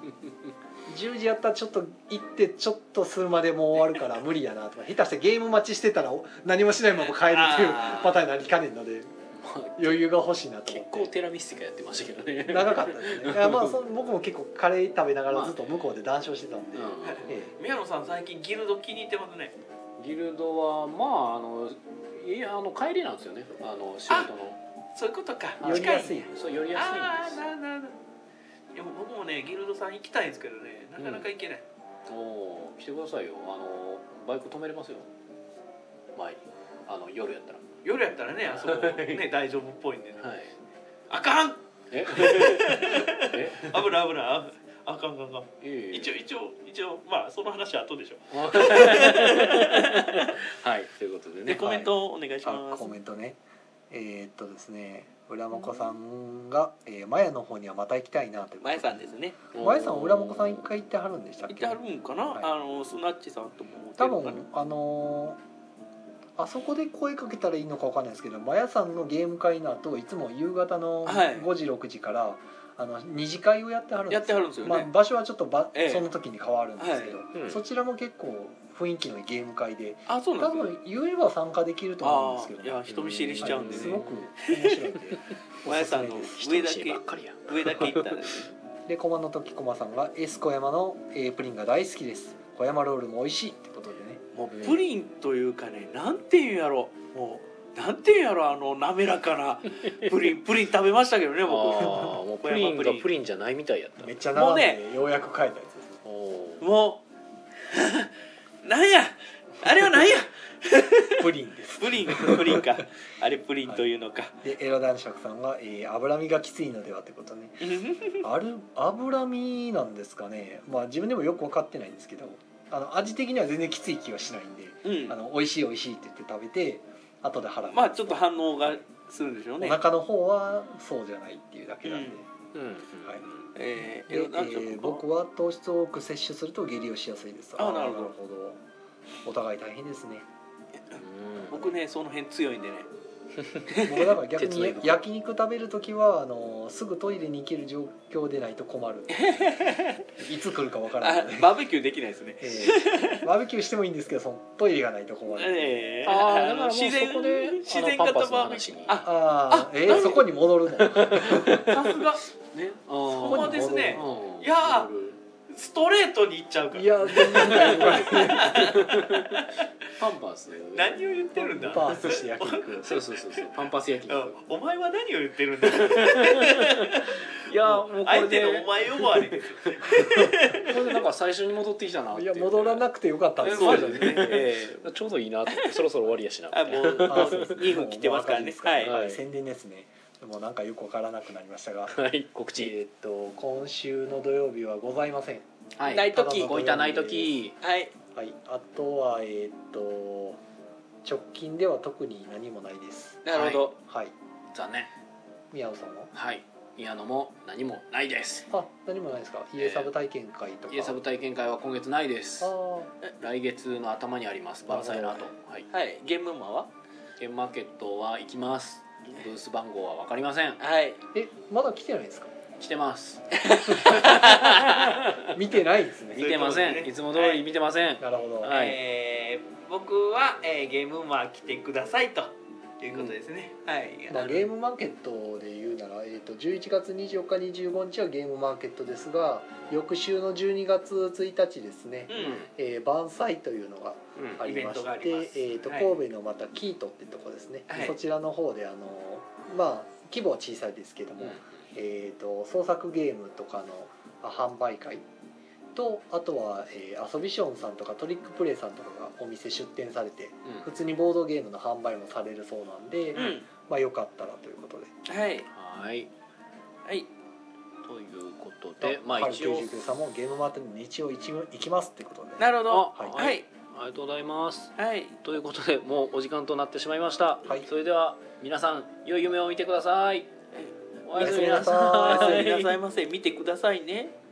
10時やったらちょっと行ってちょっとするまでもう終わるから無理やなとか下手してゲーム待ちしてたらお何もしないまま帰るっていう
あー
パターンになりかねんので
まあ
余裕が欲しいなと
結
思
構
って
テラミスティカやってましたけど
<laughs>
ね
長かったですねいやまあそ僕も結構カレー食べながらずっと向こうで談笑してたんで、
う
え
<laughs> 宮野さん最近ギルド気に入ってますね
んギルドはまああのいやあの帰りなんですよねあの仕事の
そういうことか
え、
あ
寄り
近
や
い
すい
そう寄りやすい
ああ
ん
なるほどなるほどいやもう僕もねギルドさん行きたいんですけどねなかなか行けない、
ですおおー来てくださいよあのバイク止めれますよ前にあの夜やったら
夜やったらねあそ
<laughs>
こね大丈夫っぽいんでね
はい
あかん危
え <laughs> え
ない危ないあかんあかんあかん
いえいえ <laughs>
一応一応一応まあその話は後でしょ
はい、ということで
で
ね。
コメントをお願いし
あ
ま
コ
す
メントねえーっとですね浦本さんが、えー、マヤの方にはまた行きたいなということ
前さんですね
マヤさん浦本さん一回行ってはるんでしたっ
行
け
ってはるんかな、
はい
あのスナッチさんとも
多
会ってる
分あのーあそこで声かけたらいいのかわかんないですけどマヤさんのゲーム会の後いつも夕方の
はい
5時6時から、あの二次会をやってはる
か
ん
な
です
やってはるんですよね、
まあ、場所はちょっとば、
ええ
その時に変わるんですけど、
いうん
そちらも結構雰囲気のいいゲーム会で
あそう
多
なんですね
分言えば参加できると思うん
あ
ですけど
ーいや人見知りしちゃうん
は
で
いす
ね、
ごく面白いんで
マヤさんの
おすすめです
上だけ
ばっかりや。
上だけ行ったらね
で駒の時駒さんが「エス小山の、えープリンが大好きです小山ロールも美味しい」ってことでね
もうプリンというかねなんていうんやろもうなんていうんやろあの滑ら
<laughs>
かなプリンプリン食べましたけどね
ああ、
僕
もうプリンがプ
ン
リンじゃないみたいやった
め。っちゃ並んでようやく書いたやつですね
おおー。
もう <laughs> なんやあれはなんや
プリンです
プリンプリンかあれプリンというのか、
でエロ男爵さんが、えー脂身がきついのではってことねある脂身なんですかねまあ自分でもよく分かってないんですけどあの味的には全然きつい気はしないんで、
うん
あの美味しい美味しいって言って食べて後で腹が
まあちょっと反応がするんでしょう
お
ね
腹の方はそうじゃないっていうだけなんで、
うん。
はい
えー、
で
えなんちょっと
えー僕は糖質を多く摂取すると下痢をしやすいです
あなるほど
どお互い大変ですね
うん
僕ねその辺強いんでね
僕だから逆
鉄の
に
指
焼肉食べる時はあのすぐトイレに行ける状況でないと困
<laughs>
るいつ来るかわからな
あ
いので、
バーベキューできないですね
えーバーベキューしてもいいんですけどそのトイレがないと困る
ええ
あーだ
あ
からも
の
う
自然
そこで
自然
あの
型
パンパスの
バーベ
話
キュー
に
あ
ああえ
な
ー、
んで
そこに戻るの
さすが
ね。ああ。
そこですね
うん
いやストレートにいっちゃうから
いや全然大丈夫
パンパス。
何を言ってるんだ
パースして焼肉
そうそうそうそう。パンパス焼き。
うんお前は何を言ってるんだ
いやもうこれ
相手の
で
お前呼ばわりですよ
これでなんか最初に戻ってきたなって。
いうや戻らなくてよかったんです
そう
けど
ですね。ええちょうどいいなと思って。そろそろ終わりやしな。
あもうもう
あそうです
2分切ってますから
もうお分かりで
ねは
す
い
か
はい
はい宣伝ですねもうなんかよくわからなくなりましたが
はい。告知。
えーっと今週の土曜日はございません
はい。
ない
ただ
時
の
こういったない時。
はい
はい、あとはえーっと直近では特に何もないです。
なるほど
はい、
残念。
宮尾さんは？
はい。宮野も何もないです。
あ、何もないですか？家サブ体験会とか。
家サブ体験会は今月ないです
あ。ー
来月の頭にありますバーサイの後はい
はいゲームマは
ゲームマーケットは行きますブース番号は分かりません
はい
え、まだ来てないんですか？
来てます
<laughs> 見てないんです
見
ね。
てませんいつも通り見てません
なるほど。
はい
えー僕はえーゲームマ来てくださいとということですね、はい、
まあ、
の
ゲームマーケットで言うなら、えー、と11月24日25日はゲームマーケットですが翌週の12月1日ですね
う
「えー万歳」というのが
うん
ありま
イベントがあ
して
ります
えー、と
はい
神戸のまたキートってとこですね、
はい
そちらの方であのまあ規模は小さいですけども、えー、と創作ゲームとかのあ販売会とあとは、えー、アソビションさんとかトリックプレイさんとかがお店出店されて普通にボードゲームの販売もされるそうなんで、
ん、
まあ、よかったらということで。
うん、はい
はい
はい
ということでまあ
春
一応
99さんもゲームマーケットに日曜一応行きますってことで
なるほど
あ
は
はいいありがとうございます
はい
ということでもうお時間となってしまいました、
はい
それでは皆さん良い夢を見てくださいお
おやすみな
お
さ
や
い
<laughs> すみなさいませ見てくださいね